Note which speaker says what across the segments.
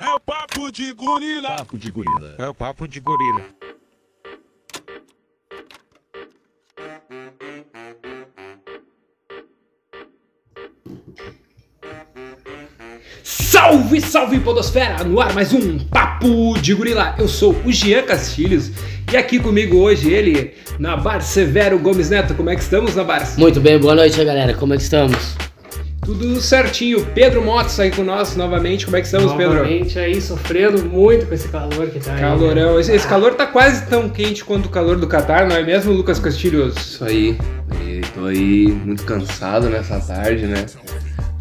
Speaker 1: É o papo de gorila.
Speaker 2: Papo de gorila.
Speaker 3: É o papo de gorila.
Speaker 4: Salve, salve Podosfera! No ar mais um Papo de Gorila. Eu sou o Jean Castilhos e aqui comigo hoje ele, Nabar Severo Gomes Neto. Como é que estamos, Nabar?
Speaker 5: Muito bem, boa noite galera, como é que estamos?
Speaker 4: Tudo certinho. Pedro Motos aí com nós novamente. Como é que estamos, Pedro?
Speaker 6: Novamente aí, sofrendo muito com esse calor que tá aí.
Speaker 4: Calorão. Esse, esse calor tá quase tão quente quanto o calor do Catar, não é mesmo, Lucas Castilhos?
Speaker 7: Isso aí. E tô aí muito cansado nessa tarde, né?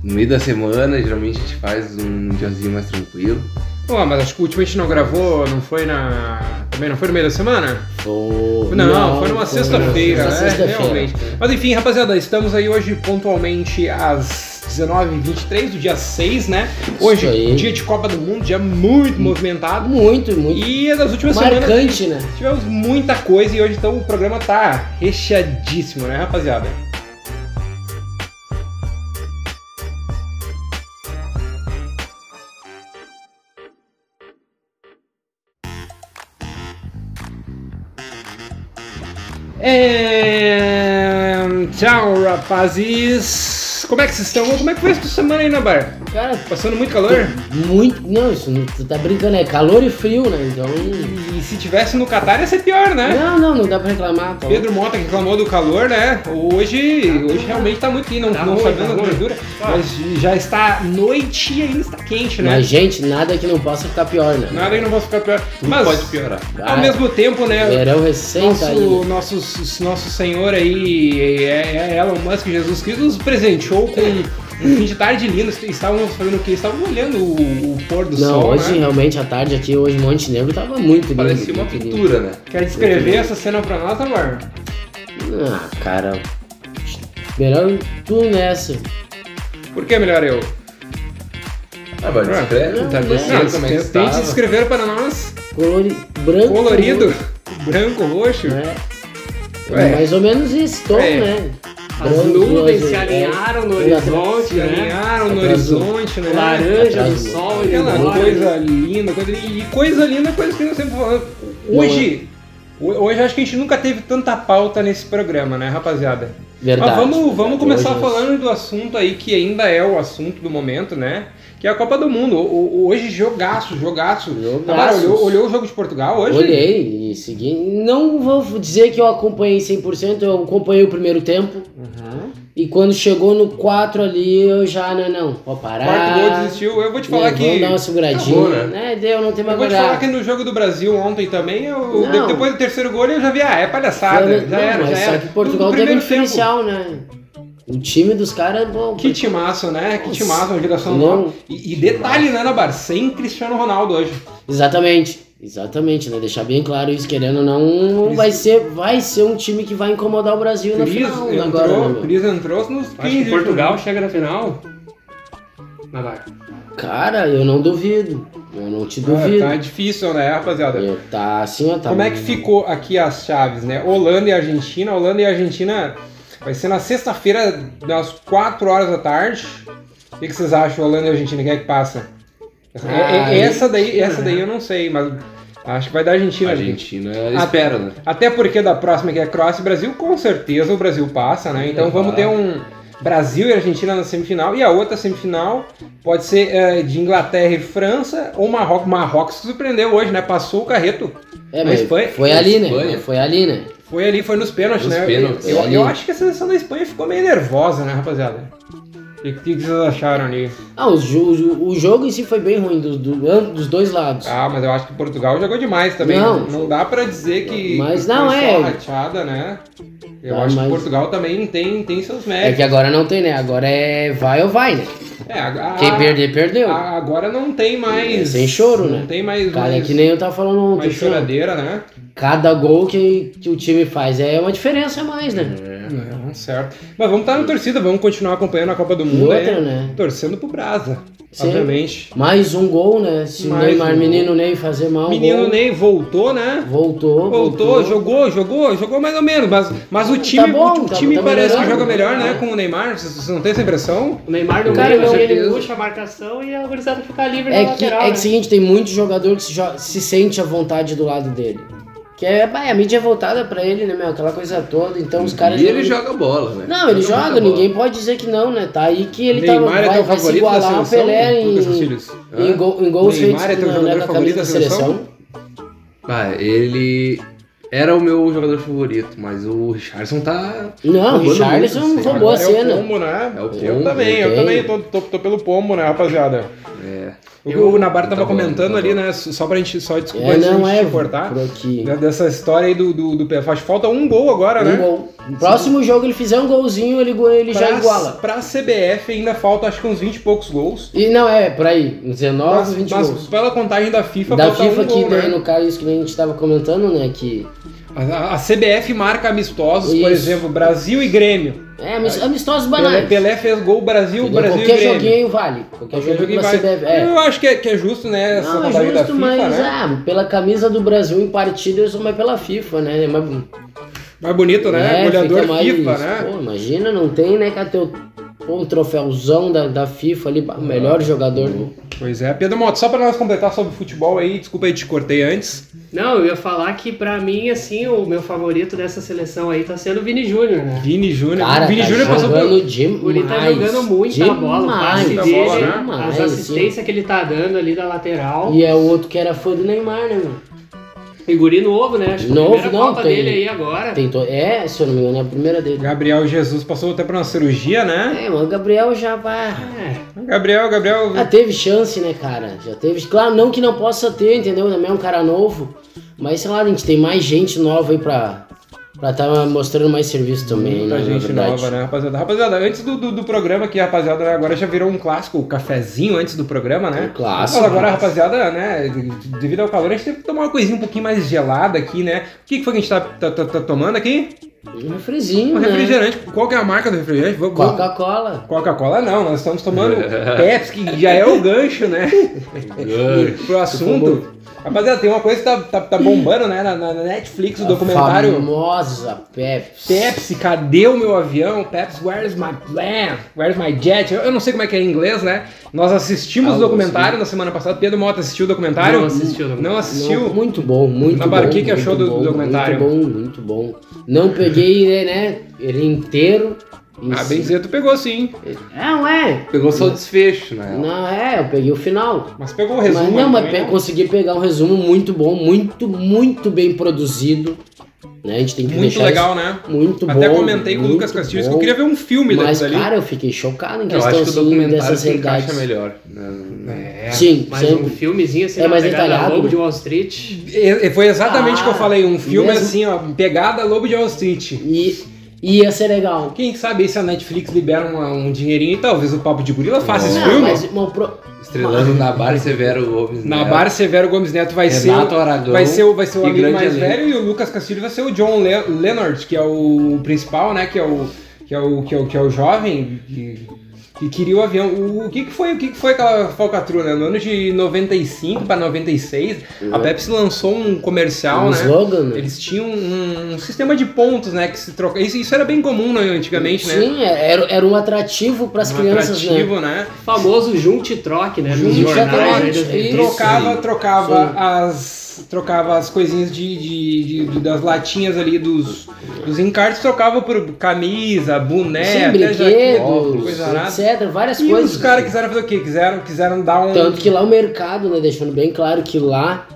Speaker 7: No meio da semana, geralmente a gente faz um diazinho mais tranquilo.
Speaker 4: Pô, mas acho que ultimamente não gravou, não foi na. Também não foi no meio da semana?
Speaker 5: Tô-
Speaker 4: Não, foi numa sexta-feira,
Speaker 5: na
Speaker 4: né?
Speaker 5: sexta-feira.
Speaker 4: Realmente. Mas enfim, rapaziada, estamos aí hoje pontualmente às 19h23 do dia 6, né? Hoje,
Speaker 5: Isso aí.
Speaker 4: dia de Copa do Mundo, dia muito movimentado.
Speaker 5: Ah, Muito, muito
Speaker 4: E nas últimas semanas
Speaker 5: marcante, né?
Speaker 4: tivemos muita coisa e hoje então o programa tá recheadíssimo, né, rapaziada? É... Tchau, rapazes! Como é que vocês estão? Como é que foi essa semana aí na bar?
Speaker 5: Cara,
Speaker 4: Passando muito calor?
Speaker 5: muito. Não, isso não, tu tá brincando, é calor e frio, né? Então.
Speaker 4: E se tivesse no Catar ia ser pior, né?
Speaker 5: Não, não, não dá pra reclamar. Tá
Speaker 4: Pedro Mota que reclamou do calor, né? Hoje, hoje realmente tá muito quente, não, não tá
Speaker 6: ruim, tá
Speaker 4: vendo a
Speaker 6: ruim.
Speaker 4: gordura, mas já está noite e ainda está quente, né?
Speaker 5: Mas, gente, nada que não possa ficar pior, né?
Speaker 4: Nada aí não vai ficar pior.
Speaker 7: Tudo
Speaker 4: mas
Speaker 7: pode piorar.
Speaker 4: ao mesmo tempo, né?
Speaker 5: Verão recém
Speaker 4: Nosso,
Speaker 5: tá aí.
Speaker 4: nosso, nosso senhor aí, é, é Elon Musk, Jesus Cristo, nos presenteou com um fim de tarde lindo. Estávamos fazendo o quê? Estávamos olhando o, o pôr do
Speaker 5: Não,
Speaker 4: sol,
Speaker 5: hoje
Speaker 4: né?
Speaker 5: realmente a tarde aqui, hoje em Montenegro tava muito lindo.
Speaker 7: Parecia uma
Speaker 5: muito lindo.
Speaker 7: pintura, né?
Speaker 4: Quer descrever essa cena pra nós, amor?
Speaker 5: Ah, cara. Verão, tu nessa.
Speaker 4: Por que melhor eu?
Speaker 7: Ah, mas discreto,
Speaker 5: não,
Speaker 7: tá
Speaker 5: não.
Speaker 7: gostando como é que
Speaker 4: Tente
Speaker 7: estava.
Speaker 4: descrever para nós.
Speaker 5: Colori... Branco.
Speaker 4: Colorido, branco, roxo.
Speaker 5: Né?
Speaker 4: Ué.
Speaker 5: É mais ou menos esse tom,
Speaker 4: Ué.
Speaker 5: né?
Speaker 6: É. As
Speaker 5: Branco,
Speaker 6: nuvens
Speaker 5: azul,
Speaker 6: se
Speaker 5: é.
Speaker 6: alinharam no
Speaker 5: Olha,
Speaker 6: horizonte,
Speaker 4: Se
Speaker 6: né?
Speaker 4: alinharam no
Speaker 5: Atrás do-
Speaker 4: horizonte, né?
Speaker 6: Laranja
Speaker 5: Atrás
Speaker 6: no
Speaker 5: do-
Speaker 6: sol e
Speaker 4: Aquela
Speaker 6: no
Speaker 4: coisa linda, coisa linda. E coisa linda, é coisa que eu sempre falando. Hoje,
Speaker 5: é.
Speaker 4: ho- hoje acho que a gente nunca teve tanta pauta nesse programa, né, rapaziada?
Speaker 5: Verdade.
Speaker 4: Mas Ah, vamos, vamos
Speaker 5: verdade.
Speaker 4: começar
Speaker 5: Hoje- é
Speaker 4: falando do assunto aí que ainda é o assunto do momento, né? Que é a Copa do Mundo. O- o- Hoje, jogaço, jogaço.
Speaker 5: Jogaços.
Speaker 4: Tamara, olhou, olhou o jogo de Portugal hoje?
Speaker 5: Olhei e segui. Não vou dizer que eu acompanhei 100%, eu acompanhei o primeiro tempo.
Speaker 4: Uhum.
Speaker 5: E quando chegou no 4 ali, eu já, não, não, vou parar.
Speaker 4: Quarto gol desistiu. Eu vou te falar
Speaker 5: né,
Speaker 4: que.
Speaker 5: Vamos dar uma seguradinha.
Speaker 7: acabou, né?
Speaker 5: né? Deu, não tem
Speaker 4: Eu
Speaker 5: mais
Speaker 4: vou te falar que
Speaker 5: olhar.
Speaker 4: no jogo do Brasil ontem também, eu-
Speaker 5: Não.
Speaker 4: de- depois do terceiro gol eu já vi, ah, é palhaçada,
Speaker 5: Não,
Speaker 4: já era,
Speaker 5: mas
Speaker 4: já
Speaker 5: só
Speaker 4: era.
Speaker 5: que
Speaker 4: No
Speaker 5: Portugal teve um
Speaker 4: primeiro tempo,
Speaker 5: diferencial, né? O time dos caras, bom.
Speaker 4: Que né? timaço, né? Que
Speaker 5: Nossa.
Speaker 4: timaço, uma geração
Speaker 5: Não.
Speaker 4: nova. E, e detalhe, né, Nabar, sem Cristiano Ronaldo hoje.
Speaker 5: Exatamente. Exatamente, né? Deixar bem claro isso, querendo ou não, vai ser, vai ser um time que vai incomodar o Brasil na
Speaker 4: Cris
Speaker 5: final
Speaker 4: entrou,
Speaker 5: agora. né, meu?
Speaker 4: Cris entrou nos 15.
Speaker 6: Acho que Portugal chega na final. Na vaga.
Speaker 5: Cara, eu não duvido. Eu não te
Speaker 4: Ah,
Speaker 5: duvido.
Speaker 4: tá difícil, né, rapaziada?
Speaker 5: Eu- tá assim, ó, tá.
Speaker 4: Como é que ficou aqui as chaves, né? Holanda e Argentina. Holanda e Argentina vai ser na sexta-feira, às 4 horas da tarde. O que que vocês acham, Holanda e Argentina? Quem é que passa? É- é-
Speaker 5: Ah,
Speaker 4: essa, daí,
Speaker 6: Argentina,
Speaker 4: essa daí
Speaker 6: né?
Speaker 4: eu não sei, mas acho que vai dar Argentina.
Speaker 7: Argentina
Speaker 5: Ah,
Speaker 7: espera, né?
Speaker 4: Até porque da próxima que é Croácia e Brasil, com certeza o Brasil passa, né? Então vamos ter um Brasil e Argentina na semifinal. E a outra semifinal pode ser eh, de Inglaterra e França ou Marrocos. Marrocos se surpreendeu hoje, né? Passou o carreto.
Speaker 5: É,
Speaker 4: mas
Speaker 5: mas
Speaker 4: foi-
Speaker 5: foi, ali, né?
Speaker 7: Espanha.
Speaker 5: Foi ali, né?
Speaker 4: Foi ali, foi nos pênaltis,
Speaker 7: Nos
Speaker 4: né?
Speaker 7: pênaltis.
Speaker 4: Eu, eu
Speaker 5: Ali.
Speaker 4: acho que a seleção da Espanha ficou meio nervosa, né, rapaziada? O que, que vocês acharam ali?
Speaker 5: Ah, o, jo- o- o jogo em si foi bem ruim do- do- am- dos dois lados.
Speaker 4: Ah, mas eu acho que Portugal jogou demais também.
Speaker 5: Não.
Speaker 4: Não, dá pra dizer que
Speaker 5: Mas
Speaker 4: que foi
Speaker 5: não,
Speaker 4: só
Speaker 5: é.
Speaker 4: rateada, né? Eu
Speaker 5: Ah,
Speaker 4: acho que
Speaker 5: mas-
Speaker 4: Portugal também tem, tem seus
Speaker 5: é
Speaker 4: méritos.
Speaker 5: que agora não tem, né? Agora é vai ou vai, né?
Speaker 4: É, a- a-
Speaker 5: Quem perder, perdeu.
Speaker 4: a- agora não tem mais.
Speaker 5: Sem choro,
Speaker 4: não
Speaker 5: né?
Speaker 4: tem mais.
Speaker 5: Cara, é
Speaker 4: mais,
Speaker 5: que nem eu tava falando ontem.
Speaker 4: mais
Speaker 5: assim, ó.
Speaker 4: choradeira, né?
Speaker 5: Cada gol que, que o time faz é uma diferença a mais, né?
Speaker 4: Não, certo. Mas vamos estar na torcida, vamos continuar acompanhando a Copa do
Speaker 5: E
Speaker 4: Mundo.
Speaker 5: outra,
Speaker 4: aí,
Speaker 5: né?
Speaker 4: Torcendo pro Brasa,
Speaker 5: Sim.
Speaker 4: obviamente.
Speaker 5: Mais um gol, né? Se o
Speaker 4: Mais
Speaker 5: Neymar,
Speaker 4: um
Speaker 5: menino Ney, fazer mal. um
Speaker 4: Menino
Speaker 5: gol,
Speaker 4: Ney voltou, né?
Speaker 5: Voltou,
Speaker 4: Voltou, jogou, jogou, jogou mais ou menos, mas, mas o time,
Speaker 5: bom,
Speaker 4: o
Speaker 5: tá-
Speaker 4: time
Speaker 5: tá
Speaker 4: parece que
Speaker 5: melhorando,
Speaker 4: joga melhor, né?
Speaker 5: né?
Speaker 4: Com o Neymar, vocês vocês não têm essa impressão?
Speaker 6: O Neymar do
Speaker 5: Cara,
Speaker 6: meio, com
Speaker 5: não,
Speaker 6: certeza.
Speaker 5: ele
Speaker 6: puxa a marcação e a gurizada fica livre
Speaker 5: É
Speaker 6: na
Speaker 5: que
Speaker 6: lateral.
Speaker 5: é
Speaker 6: né?
Speaker 5: que seguinte, tem muito jogador que se, jo- se sente à vontade do lado dele. Que é, bah, a mídia é voltada pra ele, né, meu? Aquela coisa toda. Então os caras.
Speaker 7: E ele joga bola, né?
Speaker 5: Não, ele joga,
Speaker 7: muita bola.
Speaker 5: ninguém pode dizer que não, né? Tá aí que ele tá,
Speaker 4: Neymar
Speaker 5: vai,
Speaker 4: é teu
Speaker 5: vai se
Speaker 4: favorito da
Speaker 5: igualar ao
Speaker 4: seleção,
Speaker 5: Pelé em,
Speaker 4: Lucas Castilhos?
Speaker 5: em,
Speaker 7: Hã?
Speaker 5: gol- em gols
Speaker 4: Neymar é
Speaker 5: feitos
Speaker 4: teu
Speaker 5: na-
Speaker 4: jogador
Speaker 5: na
Speaker 4: favorito
Speaker 5: camisa da
Speaker 4: da seleção?
Speaker 5: seleção.
Speaker 7: Ah, ele era o meu jogador favorito, mas o Richardson tá.
Speaker 5: Não, o
Speaker 7: Roubando
Speaker 5: Richarlison
Speaker 7: muito, sim.
Speaker 5: roubou a
Speaker 4: Agora É o
Speaker 5: cena.
Speaker 4: pombo, né?
Speaker 7: É o pombo,
Speaker 4: eu também, eu
Speaker 5: tem.
Speaker 4: também tô, tô, tô pelo pombo, né, rapaziada?
Speaker 7: É.
Speaker 4: O que o Nabar
Speaker 7: Tá
Speaker 4: tava
Speaker 7: bom,
Speaker 4: comentando
Speaker 7: tá
Speaker 4: ali,
Speaker 7: bom.
Speaker 4: né? Só pra gente, só desculpa
Speaker 5: É,
Speaker 4: antes de
Speaker 5: não
Speaker 4: a
Speaker 5: é
Speaker 4: gente te cortar.
Speaker 5: por aqui.
Speaker 4: né, Dessa história aí do, do, do Faz falta um gol agora, né?
Speaker 5: Um gol. Próximo jogo ele fizer um golzinho, ele, go- ele já
Speaker 4: Pra-
Speaker 5: iguala.
Speaker 4: Pra CBF ainda falta acho que uns 20 e poucos gols.
Speaker 5: E não, é, por aí, 19,
Speaker 4: Mas,
Speaker 5: 20
Speaker 4: mas
Speaker 5: gols.
Speaker 4: pela contagem da FIFA,
Speaker 5: da
Speaker 4: falta
Speaker 5: FIFA
Speaker 4: um
Speaker 5: que
Speaker 4: gol,
Speaker 5: daí,
Speaker 4: né?
Speaker 5: no caso, isso que a gente tava comentando, né, que
Speaker 4: A, a CBF marca amistosos,
Speaker 5: Isso.
Speaker 4: por exemplo, Brasil e Grêmio.
Speaker 5: é amis- amistosos
Speaker 4: Pelé,
Speaker 5: banais.
Speaker 4: Pelé fez gol Brasil,
Speaker 5: Entendeu?
Speaker 4: Brasil e
Speaker 5: qualquer
Speaker 4: Grêmio.
Speaker 5: joguinho vale. Qualquer
Speaker 4: Qualquer
Speaker 5: joguinho
Speaker 4: joguinho
Speaker 5: que você
Speaker 4: vai.
Speaker 5: deve, é.
Speaker 4: Eu acho que é, que é justo, né? Essa
Speaker 5: Não, é
Speaker 4: contagem da
Speaker 5: justo,
Speaker 4: FIFA,
Speaker 5: mas
Speaker 4: né?
Speaker 5: ah, pela camisa do Brasil em partida, eu sou mais pela FIFA, né? Mas,
Speaker 4: Mais bonito, né?
Speaker 5: é,
Speaker 4: Goleador
Speaker 5: fica mais-
Speaker 4: FIFA, né?
Speaker 5: Pô, imagina, não tem, né, cara, teu pô, um troféuzão da, da FIFA ali, bah, o melhor jogador.
Speaker 4: Pois é. Pedro Moto, só pra nós completar sobre futebol aí, desculpa aí te cortei antes.
Speaker 6: Não, eu ia falar que pra mim, assim, o meu favorito dessa seleção aí tá sendo o Vini Júnior, né?
Speaker 4: Vini Júnior.
Speaker 5: Cara,
Speaker 4: Vini
Speaker 5: tá
Speaker 4: Júnior passou
Speaker 5: jogando
Speaker 4: pelo.
Speaker 5: demais.
Speaker 6: O Guri tá jogando muita
Speaker 5: demais,
Speaker 6: bola, o passe
Speaker 4: Muita
Speaker 6: dele,
Speaker 4: bola, né?
Speaker 5: demais,
Speaker 6: as assistências que ele tá dando ali da lateral.
Speaker 5: sim. E é o outro que era fã do Neymar, né, mano?
Speaker 6: E guri novo, né? Acho que
Speaker 5: Novo,
Speaker 6: a primeira
Speaker 5: não,
Speaker 6: Copa
Speaker 5: tem-
Speaker 6: dele aí agora.
Speaker 5: Tentou, é, se eu não me engano, é a primeira dele.
Speaker 4: Gabriel Jesus passou até por uma cirurgia, né?
Speaker 5: É, mas o Gabriel já vai.
Speaker 6: É,
Speaker 4: Gabriel, Gabriel.
Speaker 5: Já teve chance, né, cara? Já teve. Claro, não que não possa ter, entendeu? Também é um cara novo. Mas sei lá, a gente tem mais gente nova aí pra. Pra tá mostrando mais serviço também,
Speaker 4: Muita
Speaker 5: né? na
Speaker 4: gente
Speaker 5: verdade.
Speaker 4: nova, né, rapaziada? Rapaziada, antes do, do, do programa aqui, rapaziada, né, agora já virou um clássico, o cafezinho antes do programa, né?
Speaker 5: Um clássico,
Speaker 4: Mas agora,
Speaker 5: né?
Speaker 4: rapaziada, né, devido ao calor, a gente teve que tomar uma coisinha um pouquinho mais gelada aqui, né? O que, que foi que a gente tá, tá- tá- tá tomando aqui?
Speaker 5: Um refrizinho,
Speaker 4: Um
Speaker 5: né?
Speaker 4: refrigerante. Qual que é a marca do refrigerante? Vou- vou-
Speaker 5: Coca-Cola.
Speaker 4: Coca-Cola não, nós estamos tomando Pepsi, que já é o gancho, né?
Speaker 5: É,
Speaker 7: Gancho.
Speaker 4: Pro assunto. Rapaziada, tem uma coisa que tá, tá, tá bombando, né? Na, na Netflix, o
Speaker 5: A
Speaker 4: documentário.
Speaker 5: famosa Pepsi.
Speaker 4: Pepsi, cadê o meu avião? Pepsi, where's my plan? Where's my jet? Eu, eu não sei como é que é em inglês, né? Nós assistimos
Speaker 5: Ah,
Speaker 4: o documentário na semana passada. Pedro Mota assistiu o documentário?
Speaker 6: Não assistiu, não.
Speaker 4: Não
Speaker 5: Não,
Speaker 4: assistiu?
Speaker 5: muito bom, muito
Speaker 4: Na barra,
Speaker 5: bom.
Speaker 4: o que que
Speaker 5: muito
Speaker 4: achou do- do
Speaker 5: bom,
Speaker 4: documentário?
Speaker 5: Muito bom, muito bom. Não peguei, né, né? Ele inteiro. em
Speaker 4: Ah,
Speaker 5: si.
Speaker 4: bem dizer, tu pegou sim.
Speaker 5: Não, é.
Speaker 7: Pegou só o desfecho, né?
Speaker 5: Não, é, eu peguei o final.
Speaker 4: Mas pegou o resumo.
Speaker 5: mas não, mas
Speaker 4: também,
Speaker 5: pe-
Speaker 4: né?
Speaker 5: consegui pegar um resumo muito bom, muito, muito bem produzido. Né? A gente tem que
Speaker 4: Muito
Speaker 5: deixar
Speaker 4: legal, né?
Speaker 5: isso muito bom.
Speaker 4: Até comentei com o
Speaker 5: muito
Speaker 4: Lucas Castilho que eu
Speaker 5: bom.
Speaker 4: queria ver um filme
Speaker 5: Mas,
Speaker 4: daquilo ali.
Speaker 5: cara, eu fiquei chocado em
Speaker 7: Eu
Speaker 5: questão
Speaker 7: acho que o
Speaker 5: assim,
Speaker 7: documentário
Speaker 5: dessas
Speaker 7: se encaixa
Speaker 5: realidades.
Speaker 7: melhor. né?
Speaker 6: é,
Speaker 5: Sim,
Speaker 6: mas
Speaker 5: sempre.
Speaker 6: um filmezinho assim,
Speaker 5: É
Speaker 6: na
Speaker 5: mais
Speaker 6: pegada
Speaker 5: detalhado.
Speaker 6: Lobo de Wall Street.
Speaker 4: E- e Foi exatamente o que eu
Speaker 5: Ah,
Speaker 4: falei. Um filme
Speaker 5: mesmo-
Speaker 4: assim, ó, pegada Lobo de Wall Street.
Speaker 5: E e ia ser legal.
Speaker 4: Quem sabe aí se a Netflix libera uma- um dinheirinho e talvez o Papo de Gorila faça esse
Speaker 7: Não,
Speaker 4: filme.
Speaker 5: mas é. uma pro-
Speaker 7: Estrelando na barra Severo Gomes.
Speaker 4: Na
Speaker 7: Neto,
Speaker 4: barra, Severo Gomes Neto vai ser, um
Speaker 7: Renato Aragão
Speaker 4: vai ser, o- vai ser o
Speaker 7: e
Speaker 4: amigo
Speaker 7: grande
Speaker 4: mais
Speaker 7: elenco.
Speaker 4: velho e o Lucas Castilho vai ser o John Le- Leonard, que é o principal, né? Que é o que é o que é o, que é o jovem que, que queria o avião. O, o que que foi o que que foi aquela falcatrua? Né? No ano de 95 para 96, a Pepsi lançou um comercial,
Speaker 5: um
Speaker 4: né?
Speaker 5: slogan, né?
Speaker 4: Eles tinham um, um sistema de pontos, né? Que se troca. Isso, isso era bem comum né, antigamente, né?
Speaker 5: Sim, é- era, era um atrativo para as
Speaker 4: Um
Speaker 5: crianças, né?
Speaker 4: atrativo, né?
Speaker 6: O famoso junte e troque, né?
Speaker 5: Junte
Speaker 6: Nos
Speaker 5: e
Speaker 6: jornais,
Speaker 5: troque,
Speaker 6: aí das
Speaker 5: isso.
Speaker 4: E
Speaker 6: revistas.
Speaker 4: trocava,
Speaker 7: aí.
Speaker 4: trocava as. Trocava as coisinhas de, de- de- de- das latinhas ali dos, dos encartes, trocava por camisa, boné,
Speaker 5: Sim,
Speaker 4: né? até jaqueta,
Speaker 5: brinquedos,
Speaker 4: coisa arada.
Speaker 5: etc. Várias
Speaker 4: E
Speaker 5: coisas. assim.
Speaker 4: os caras quiseram fazer o quê? Quiseram, quiseram dar um.
Speaker 5: Tanto que lá o mercado, né, deixando bem claro que lá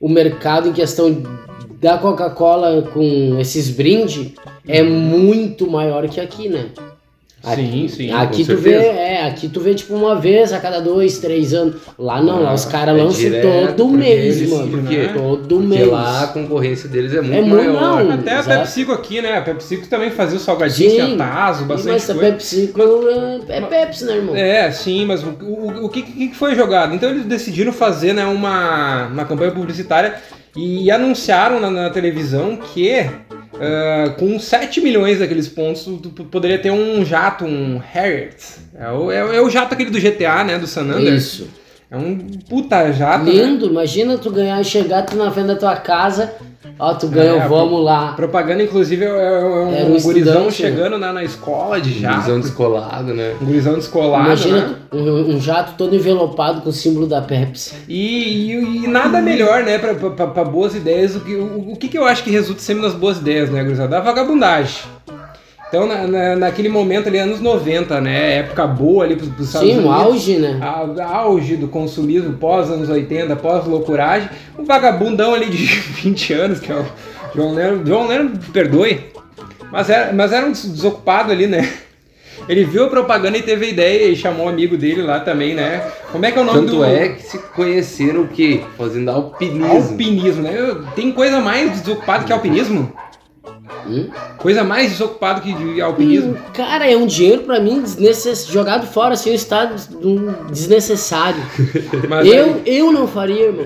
Speaker 5: o mercado em questão da Coca-Cola com esses brinde é muito maior que aqui, né?
Speaker 4: Sim, sim.
Speaker 5: aqui
Speaker 7: com
Speaker 5: tu vê,
Speaker 7: certeza.
Speaker 5: é, aqui tu vê tipo uma vez a cada dois, três anos. Lá não, lá os
Speaker 7: Ah,
Speaker 5: caras
Speaker 7: é
Speaker 5: lançam
Speaker 7: direto,
Speaker 5: todo
Speaker 7: porque
Speaker 5: mês,
Speaker 7: eles-
Speaker 5: mano.
Speaker 7: porque-
Speaker 4: né?
Speaker 5: Todo
Speaker 7: Porque
Speaker 5: mês.
Speaker 7: lá a concorrência deles é muito
Speaker 5: É muito-
Speaker 7: maior.
Speaker 5: não.
Speaker 4: Até a
Speaker 5: Exato.
Speaker 4: PepsiCo aqui, né? A PepsiCo também fazia o salgadinho,
Speaker 5: Sim.
Speaker 4: tinha tazo,
Speaker 5: E,
Speaker 4: bastante
Speaker 5: mas a
Speaker 4: coisa.
Speaker 5: Pepsi é, é Pepsi, né, irmão?
Speaker 4: É, sim, mas o, o, o que, que que foi jogado? Então eles decidiram fazer né, uma, uma campanha publicitária E anunciaram na, na televisão que ah, com 7 milhões daqueles pontos tu, tu poderia ter um jato, um Harriet. É o, é, o- é o jato aquele do GTA, né? Do San Andreas.
Speaker 5: Isso.
Speaker 4: É um puta jato. né?
Speaker 5: Lindo, imagina tu ganhar, chegar tu na frente da tua casa, ó, tu ganhou,
Speaker 4: É,
Speaker 5: vamos lá.
Speaker 4: Propaganda, inclusive, é, é- é um,
Speaker 5: Era um
Speaker 4: gurizão
Speaker 5: estudante, né? Um
Speaker 4: chegando na, na escola de jato.
Speaker 7: Visão descolado, né?
Speaker 4: Um gurizão descolado,
Speaker 5: imagina
Speaker 4: né?
Speaker 5: um, um jato todo envelopado com o símbolo da Pepsi.
Speaker 4: E, e- e nada melhor, né, pra, pra- pra- pra boas ideias. O, que, o, o que que eu acho que resulta sempre nas boas ideias, né, gurizada? A vagabundagem. Então, na, na- naquele momento ali, anos 90, né? Época boa ali pros, pros Estados
Speaker 5: Sim, um
Speaker 4: Unidos.
Speaker 5: auge, né?
Speaker 4: A- auge do consumismo pós anos 80, pós loucuragem, um vagabundão ali de 20 anos, que é o John Lennon, John Lennon me perdoe, mas era, mas era um des- desocupado ali, né? Ele viu a propaganda e teve a ideia e chamou um amigo dele lá também, né? Como é que é o nome
Speaker 7: Tanto
Speaker 4: do
Speaker 7: é que se conheceram o quê? Fazendo alpinismo.
Speaker 4: alpinismo, né? Eu- Tem coisa mais desocupada que alpinismo?
Speaker 5: Hum?
Speaker 4: Coisa mais desocupada que de alpinismo?
Speaker 5: Cara, é um dinheiro pra mim desnecess... jogado fora, assim, um estado des- um desnecessário.
Speaker 4: Mas
Speaker 5: Hum, eu, eu não faria, irmão.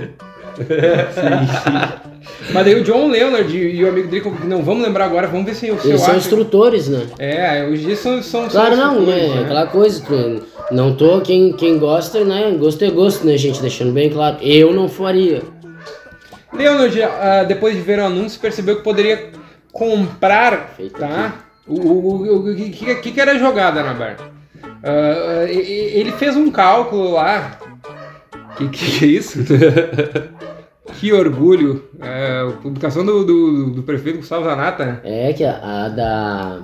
Speaker 4: Mas daí o John Leonard e e o amigo dele, que não vamos lembrar agora, vamos ver se eu, se eu
Speaker 5: Eles são
Speaker 4: acho.
Speaker 5: instrutores, né?
Speaker 4: É, hoje eles são, são
Speaker 5: Claro,
Speaker 4: são
Speaker 5: não,
Speaker 4: instrutores,
Speaker 5: né? É aquela coisa, tu- não tô, quem, quem gosta, né? Gosto é gosto, né, gente? Deixando bem claro, eu não faria.
Speaker 4: Leonard, ah, depois de ver o anúncio, percebeu que poderia comprar,
Speaker 5: Feito
Speaker 4: tá? O, o, o- o que, que- que era a jogada Ah, na barra? ele fez um cálculo lá. Que que é isso? que orgulho. Ah, publicação do, do, do prefeito Gustavo Zanata.
Speaker 5: É que a, a da.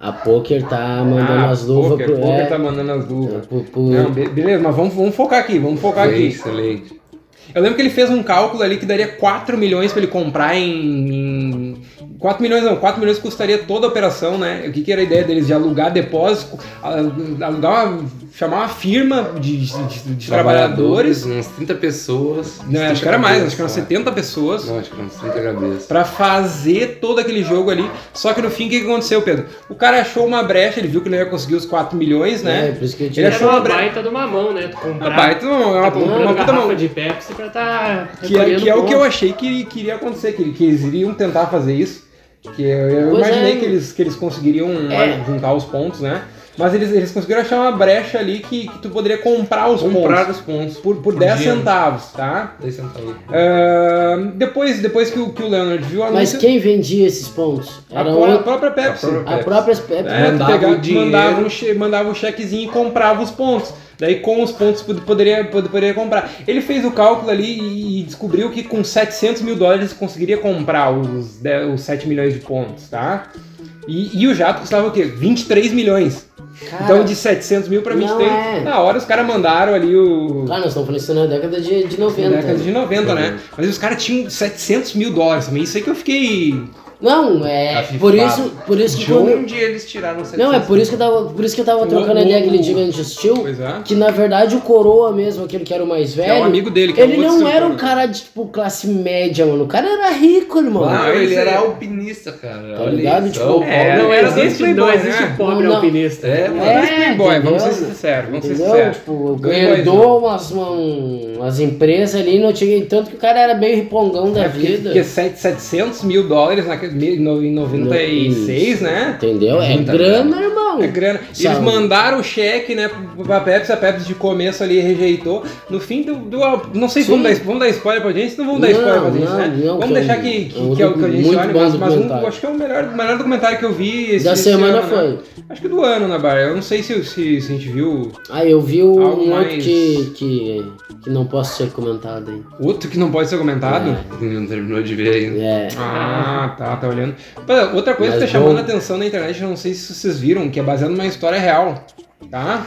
Speaker 5: A poker tá mandando
Speaker 4: Ah,
Speaker 5: as luvas
Speaker 4: poker,
Speaker 5: pro.
Speaker 4: poker
Speaker 5: é,
Speaker 4: tá mandando as luvas.
Speaker 5: pro- pro-
Speaker 4: Não, be- beleza, mas vamos, vamos focar aqui, vamos focar
Speaker 7: Bem,
Speaker 4: aqui.
Speaker 7: excelente.
Speaker 4: Eu lembro que ele fez um cálculo ali que daria 4 milhões pra ele comprar em, em. 4 milhões não, 4 milhões custaria toda a operação, né? O que, que era a ideia deles? De alugar depósito, a- alugar uma, chamar uma firma de, de- de trabalhadores.
Speaker 7: Umas 30 pessoas.
Speaker 4: Né?
Speaker 7: 30
Speaker 4: Acho que era mais, acho que eram
Speaker 7: cabeças,
Speaker 4: 70 pessoas.
Speaker 7: Não, acho que eram uns 30 cabeças.
Speaker 4: Pra fazer todo aquele jogo ali. Só que no fim, o que que aconteceu, Pedro? O cara achou uma brecha, ele viu que não ia conseguir os 4 milhões,
Speaker 5: é,
Speaker 4: né?
Speaker 5: por isso que eu
Speaker 4: Ele
Speaker 5: tinha.
Speaker 6: Era
Speaker 4: achou
Speaker 6: uma
Speaker 4: uma bre-
Speaker 6: baita de uma mão, né? Tu comprar,
Speaker 4: Rapaz, tu não- é uma,
Speaker 6: tá
Speaker 4: uma,
Speaker 6: comprando
Speaker 4: puta mão.
Speaker 6: garrafa de Pepsi pra tá
Speaker 4: Que é,
Speaker 6: recolhendo
Speaker 4: que é o
Speaker 6: ponto.
Speaker 4: que eu achei que, que iria acontecer, que, que eles iriam tentar fazer isso. Que eu, eu
Speaker 5: Pois
Speaker 4: imaginei
Speaker 5: é.
Speaker 4: que, eles, que eles conseguiriam
Speaker 5: É.
Speaker 4: juntar os pontos, né? Mas eles, eles conseguiram achar uma brecha ali que, que tu poderia comprar os
Speaker 7: Comprar
Speaker 4: pontos. pontos por, por 10
Speaker 7: dinheiro.
Speaker 4: centavos, tá?
Speaker 7: 10 centavos.
Speaker 4: Ahn, depois depois que, o, que o Leonard viu a
Speaker 5: Mas quem vendia esses pontos?
Speaker 4: a,
Speaker 5: Era
Speaker 4: pró- a
Speaker 5: o-
Speaker 4: própria Pepsi.
Speaker 7: A própria-
Speaker 5: a própria Pepsi.
Speaker 4: É, tu
Speaker 7: Mandava o
Speaker 4: pegava-
Speaker 7: dinheiro.
Speaker 4: mandava, um che- mandava um chequezinho e comprava os pontos. Daí com os pontos pod- poderia, pod- poderia comprar. Ele fez o cálculo ali e- e descobriu que com 700 mil dólares conseguiria comprar os, de- os 7 milhões de pontos, tá? E, e o jato custava o quê? 23 milhões.
Speaker 5: Cara,
Speaker 4: então de 700 mil pra
Speaker 5: não
Speaker 4: 23,
Speaker 5: é.
Speaker 4: na hora os caras mandaram ali o...
Speaker 5: Claro, nós estamos falando isso na década de, de 90.
Speaker 4: Na década de 90, né?
Speaker 7: Uhum.
Speaker 4: Mas os caras tinham 700 mil dólares também. Isso aí que eu fiquei...
Speaker 5: Não, é.
Speaker 7: Afifado.
Speaker 5: Por isso, por isso que
Speaker 7: De
Speaker 5: quando.
Speaker 7: onde eles tiraram 700
Speaker 5: Não, é por isso que eu tava, por isso que eu tava
Speaker 4: O-
Speaker 5: trocando
Speaker 4: o-
Speaker 5: ideia aquele dia que a gente assistiu.
Speaker 4: Pois é.
Speaker 5: Que na verdade o coroa mesmo, aquele que era o mais
Speaker 4: Que é um
Speaker 5: velho.
Speaker 4: amigo dele. Que é
Speaker 5: Ele
Speaker 4: um outro
Speaker 5: não era
Speaker 4: instrutor.
Speaker 5: um cara de tipo classe média, mano. O cara era rico, irmão.
Speaker 7: Não,
Speaker 4: Não,
Speaker 7: ele
Speaker 4: isso
Speaker 7: era
Speaker 4: aí.
Speaker 7: alpinista, cara.
Speaker 5: Tá
Speaker 7: Olha
Speaker 5: ligado?
Speaker 7: isso.
Speaker 5: Tipo,
Speaker 4: É,
Speaker 6: Não era
Speaker 4: Existe
Speaker 6: existe, não
Speaker 4: playboy,
Speaker 6: existe
Speaker 4: né?
Speaker 6: pobre
Speaker 5: Não, não.
Speaker 6: alpinista.
Speaker 7: É, mano.
Speaker 4: Não, esse
Speaker 5: É,
Speaker 4: Playboy, vamos ser
Speaker 5: entendeu?
Speaker 4: sinceros, vamos ser
Speaker 5: Entendeu?
Speaker 4: sinceros.
Speaker 5: Tipo,
Speaker 4: Playboy,
Speaker 5: herdou umas, uma- umas empresas ali, não tinha tanto que o cara era meio ripongão da
Speaker 4: É, porque,
Speaker 5: vida.
Speaker 4: porque sete- 700 mil dólares naquele, mil- no- em 96, né?
Speaker 5: Entendeu? É
Speaker 7: Muita
Speaker 5: grana, irmão.
Speaker 4: É grana. E Eles
Speaker 5: Saúde.
Speaker 4: mandaram o cheque, né, pra Pepsi, a Pepsi de começo ali rejeitou. No fim do. do- não sei se
Speaker 5: Sim.
Speaker 4: vamos dar, vamos dar spoiler pra gente, não vamos dar
Speaker 5: Não,
Speaker 4: spoiler pra gente,
Speaker 5: não,
Speaker 4: né?
Speaker 5: não,
Speaker 4: vamos
Speaker 5: que
Speaker 4: deixar
Speaker 5: é um-
Speaker 4: que,
Speaker 5: é um
Speaker 4: que, que é o que a gente
Speaker 5: muito
Speaker 4: olha,
Speaker 5: bom
Speaker 4: mas, mas um,
Speaker 5: documentário.
Speaker 4: acho que é o melhor, o melhor documentário que eu vi esse
Speaker 5: da
Speaker 4: esse
Speaker 5: semana
Speaker 4: ano, né?
Speaker 5: foi.
Speaker 4: Acho que do ano, na barra. Eu não sei se, se, se a gente viu
Speaker 5: Ah, eu vi um
Speaker 4: Algo
Speaker 5: outro
Speaker 4: mais-
Speaker 5: que, que, que não posso ser comentado aí.
Speaker 4: outro que não pode ser comentado.
Speaker 7: Não terminou de ver ainda.
Speaker 5: É.
Speaker 4: Ah, tá, tá olhando. Pô, outra coisa
Speaker 5: Mas
Speaker 4: que tá chamando
Speaker 5: bom.
Speaker 4: a atenção na internet, eu não sei se vocês viram, que é baseado numa história real, tá?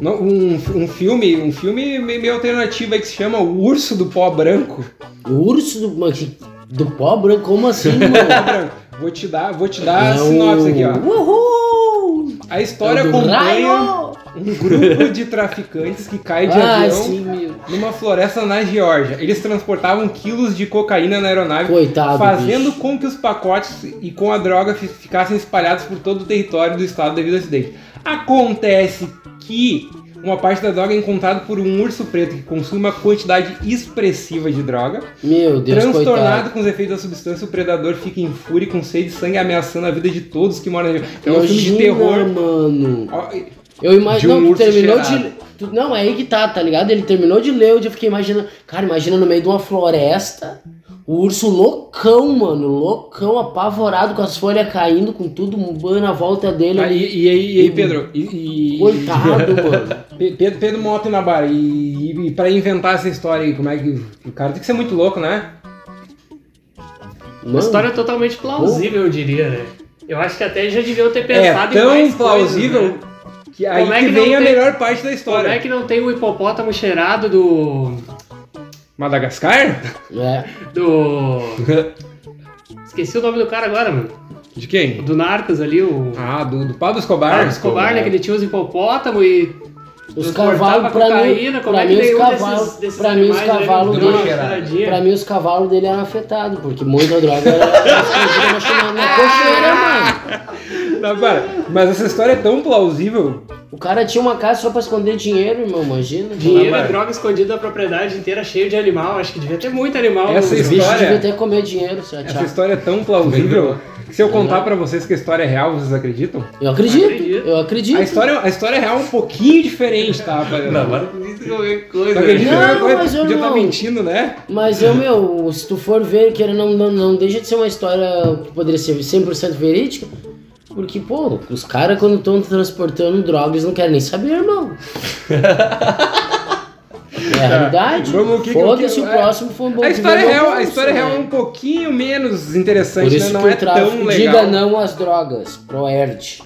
Speaker 4: No- Um, um filme, um filme meio meio alternativo aí que se chama O Urso do Pó Branco.
Speaker 5: O urso do, mas que- do pobre? Como assim,
Speaker 4: Pó
Speaker 5: mano?
Speaker 4: branco. Vou te dar, vou te dar a
Speaker 5: É o-
Speaker 4: Ah, sinopse aqui, ó.
Speaker 5: Uhul!
Speaker 4: A história
Speaker 5: É o do
Speaker 4: acompanha
Speaker 5: raio!
Speaker 4: um grupo de traficantes que cai de
Speaker 5: Ah,
Speaker 4: avião
Speaker 5: sim, meu.
Speaker 4: numa floresta na Geórgia. Eles transportavam quilos de cocaína na aeronave
Speaker 5: Coitado,
Speaker 4: fazendo
Speaker 5: bicho.
Speaker 4: com que os pacotes e com a droga fi- ficassem espalhados por todo o território do estado devido ao acidente. Acontece que Uma parte da droga é encontrada por um urso preto que consome uma quantidade expressiva de droga.
Speaker 5: Meu Deus,
Speaker 4: Transtornado
Speaker 5: coitado.
Speaker 4: com os efeitos da substância, o predador fica em fúria e com sede de sangue, ameaçando a vida de todos que moram na região. É um filme de
Speaker 5: Imagina,
Speaker 4: terror.
Speaker 5: mano.
Speaker 4: Ó, e-
Speaker 5: Eu imagino.
Speaker 7: De um
Speaker 5: não, tu
Speaker 7: urso
Speaker 5: terminou de.
Speaker 7: cheirado.
Speaker 5: tu- não, é aí que tá, tá ligado? Ele terminou de ler, eu já fiquei imaginando. Cara, imagina no meio de uma floresta, o urso loucão, mano. Loucão, apavorado, com as folhas caindo, com tudo um na volta dele.
Speaker 4: Ah, E, e, aí- e aí, Pedro? E, e-
Speaker 5: um Coitado, mano.
Speaker 4: Pe- Pedro, Pedro Mota na barra. E, e, e pra inventar essa história aí, como é que. O cara tem que ser muito louco, né?
Speaker 5: Mano,
Speaker 6: Uma história totalmente plausível, eu diria, né? Eu acho que até já deviam ter
Speaker 4: É
Speaker 6: pensado em
Speaker 4: tão
Speaker 6: mais coisas,
Speaker 4: plausível
Speaker 6: né?
Speaker 4: que aí
Speaker 6: Como é
Speaker 4: que,
Speaker 6: que não
Speaker 4: vem a
Speaker 6: tem-
Speaker 4: melhor parte da
Speaker 6: Como
Speaker 4: história.
Speaker 6: é que não tem o hipopótamo cheirado do.
Speaker 4: Madagascar?
Speaker 5: É.
Speaker 6: do. Esqueci o nome do cara agora, mano.
Speaker 4: De quem?
Speaker 6: Do Narcos ali, o.
Speaker 4: Ah, do, do Pablo Escobar.
Speaker 6: Pablo Escobar, né? Que ele tinha os hipopótamo e
Speaker 5: Os
Speaker 6: transportava
Speaker 5: cavalos, pra mim,
Speaker 6: cocaína, como
Speaker 5: pra
Speaker 6: é que
Speaker 5: mim os
Speaker 6: nenhum
Speaker 5: cavalos,
Speaker 6: desses- desses
Speaker 5: pra mim os
Speaker 6: animais, né,
Speaker 5: cavalos
Speaker 6: deu uma
Speaker 5: dele,
Speaker 6: cheiradinha?
Speaker 5: pra mim os cavalos dele eram afetados, porque muita droga era escondida na chama- na cocheira, mano.
Speaker 4: Não, para. Mas essa história é tão plausível.
Speaker 5: O cara tinha uma casa só pra esconder dinheiro, irmão, imagina.
Speaker 6: Dinheiro
Speaker 4: Trabalho.
Speaker 6: é droga escondida na propriedade inteira, cheio de animal. Acho que devia ter muito animal.
Speaker 4: Essa
Speaker 6: no-
Speaker 5: Os bichos
Speaker 4: História.
Speaker 5: deviam até comer dinheiro, se
Speaker 4: Essa história é tão plausível. que se eu contar pra vocês que a história é real, vocês acreditam?
Speaker 5: Eu acredito,
Speaker 6: Acredito.
Speaker 5: eu
Speaker 4: A
Speaker 5: acredito.
Speaker 4: história, a história real é um pouquinho diferente, tá, rapaziada? Tá
Speaker 7: Não, agora tu disse qualquer coisa.
Speaker 4: Tu acredita?
Speaker 5: Não,
Speaker 4: Não, coisa,
Speaker 5: mas eu
Speaker 4: podia
Speaker 5: não.
Speaker 4: tá mentindo, né?
Speaker 5: Mas eu, meu, se tu for ver, que ele não, não, não deixa de ser uma história que poderia ser 100% verídica, porque, pô, os caras quando estão transportando drogas não querem nem saber, irmão. É a realidade.
Speaker 4: Tá. Vamos, o que que-
Speaker 5: Foda-se,
Speaker 4: o
Speaker 5: o
Speaker 4: que-
Speaker 5: próximo foi um bom
Speaker 4: A história,
Speaker 5: que deu
Speaker 4: real,
Speaker 5: bom
Speaker 4: a história
Speaker 5: gosto,
Speaker 4: real é
Speaker 5: né?
Speaker 4: um pouquinho menos interessante,
Speaker 5: Por isso
Speaker 4: né? Não
Speaker 5: que
Speaker 4: é
Speaker 5: o tráfico
Speaker 4: tão legal.
Speaker 5: diga não às drogas, Proerd.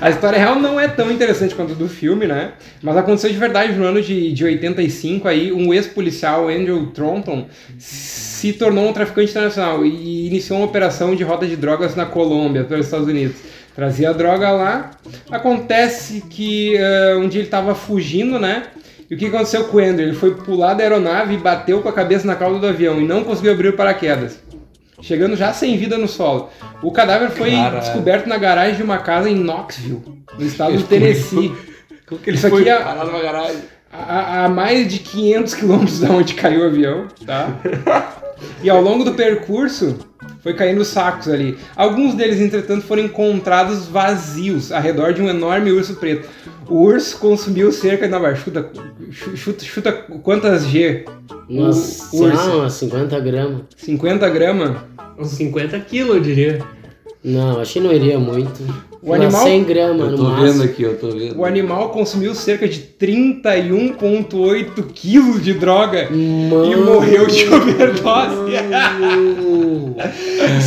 Speaker 4: A história real não é tão interessante quanto a do filme, né? Mas aconteceu de verdade no ano de, de 85 aí, um ex-policial, Andrew Thornton, se tornou um traficante internacional e iniciou uma operação de rota de drogas na Colômbia, pelos Estados Unidos. Trazia a droga lá. Acontece que eh, um dia ele estava fugindo, né? E o que aconteceu com o Andrew? Ele foi pular da aeronave e bateu com a cabeça na cauda do avião e não conseguiu abrir o paraquedas. Chegando já sem vida no solo. O cadáver foi
Speaker 7: Caralho.
Speaker 4: descoberto na garagem de uma casa em Knoxville, no estado do
Speaker 7: Ele
Speaker 4: Tennessee,
Speaker 7: Como que ele
Speaker 4: Isso
Speaker 7: foi
Speaker 4: aqui é-
Speaker 7: parar numa garagem?
Speaker 4: a, a- a mais de 500 quilômetros da onde caiu o avião, tá? E ao longo do percurso foi caindo sacos ali. Alguns deles, entretanto, foram encontrados vazios ao redor de um enorme urso preto. O urso consumiu cerca de. Não, vai, chuta, chu- chuta, chuta quantas G? O-
Speaker 5: Umas,
Speaker 4: o
Speaker 5: sei lá,
Speaker 4: urso.
Speaker 5: umas 50 gramas.
Speaker 4: 50 gramas?
Speaker 6: Uns 50 quilos, eu diria.
Speaker 5: Não, acho que não iria muito.
Speaker 4: O
Speaker 5: umas
Speaker 4: animal-
Speaker 5: 100 gramas
Speaker 7: Eu
Speaker 5: no
Speaker 7: tô
Speaker 5: máximo.
Speaker 7: vendo aqui, eu tô vendo.
Speaker 4: O animal consumiu cerca de 31,8 quilos de droga
Speaker 5: Mano.
Speaker 4: e morreu de overdose.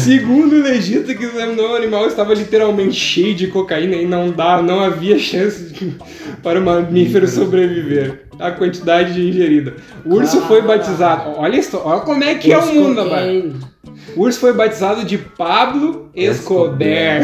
Speaker 4: Segundo o legista que examinou o animal, estava literalmente cheio de cocaína e não dá, não havia chance de- para o mamífero sobreviver. A quantidade de ingerida. O urso foi batizado. Olha isso, olha como é que é o mundo, mano.
Speaker 5: Cocaine.
Speaker 4: O urso foi batizado de Pablo Escobar.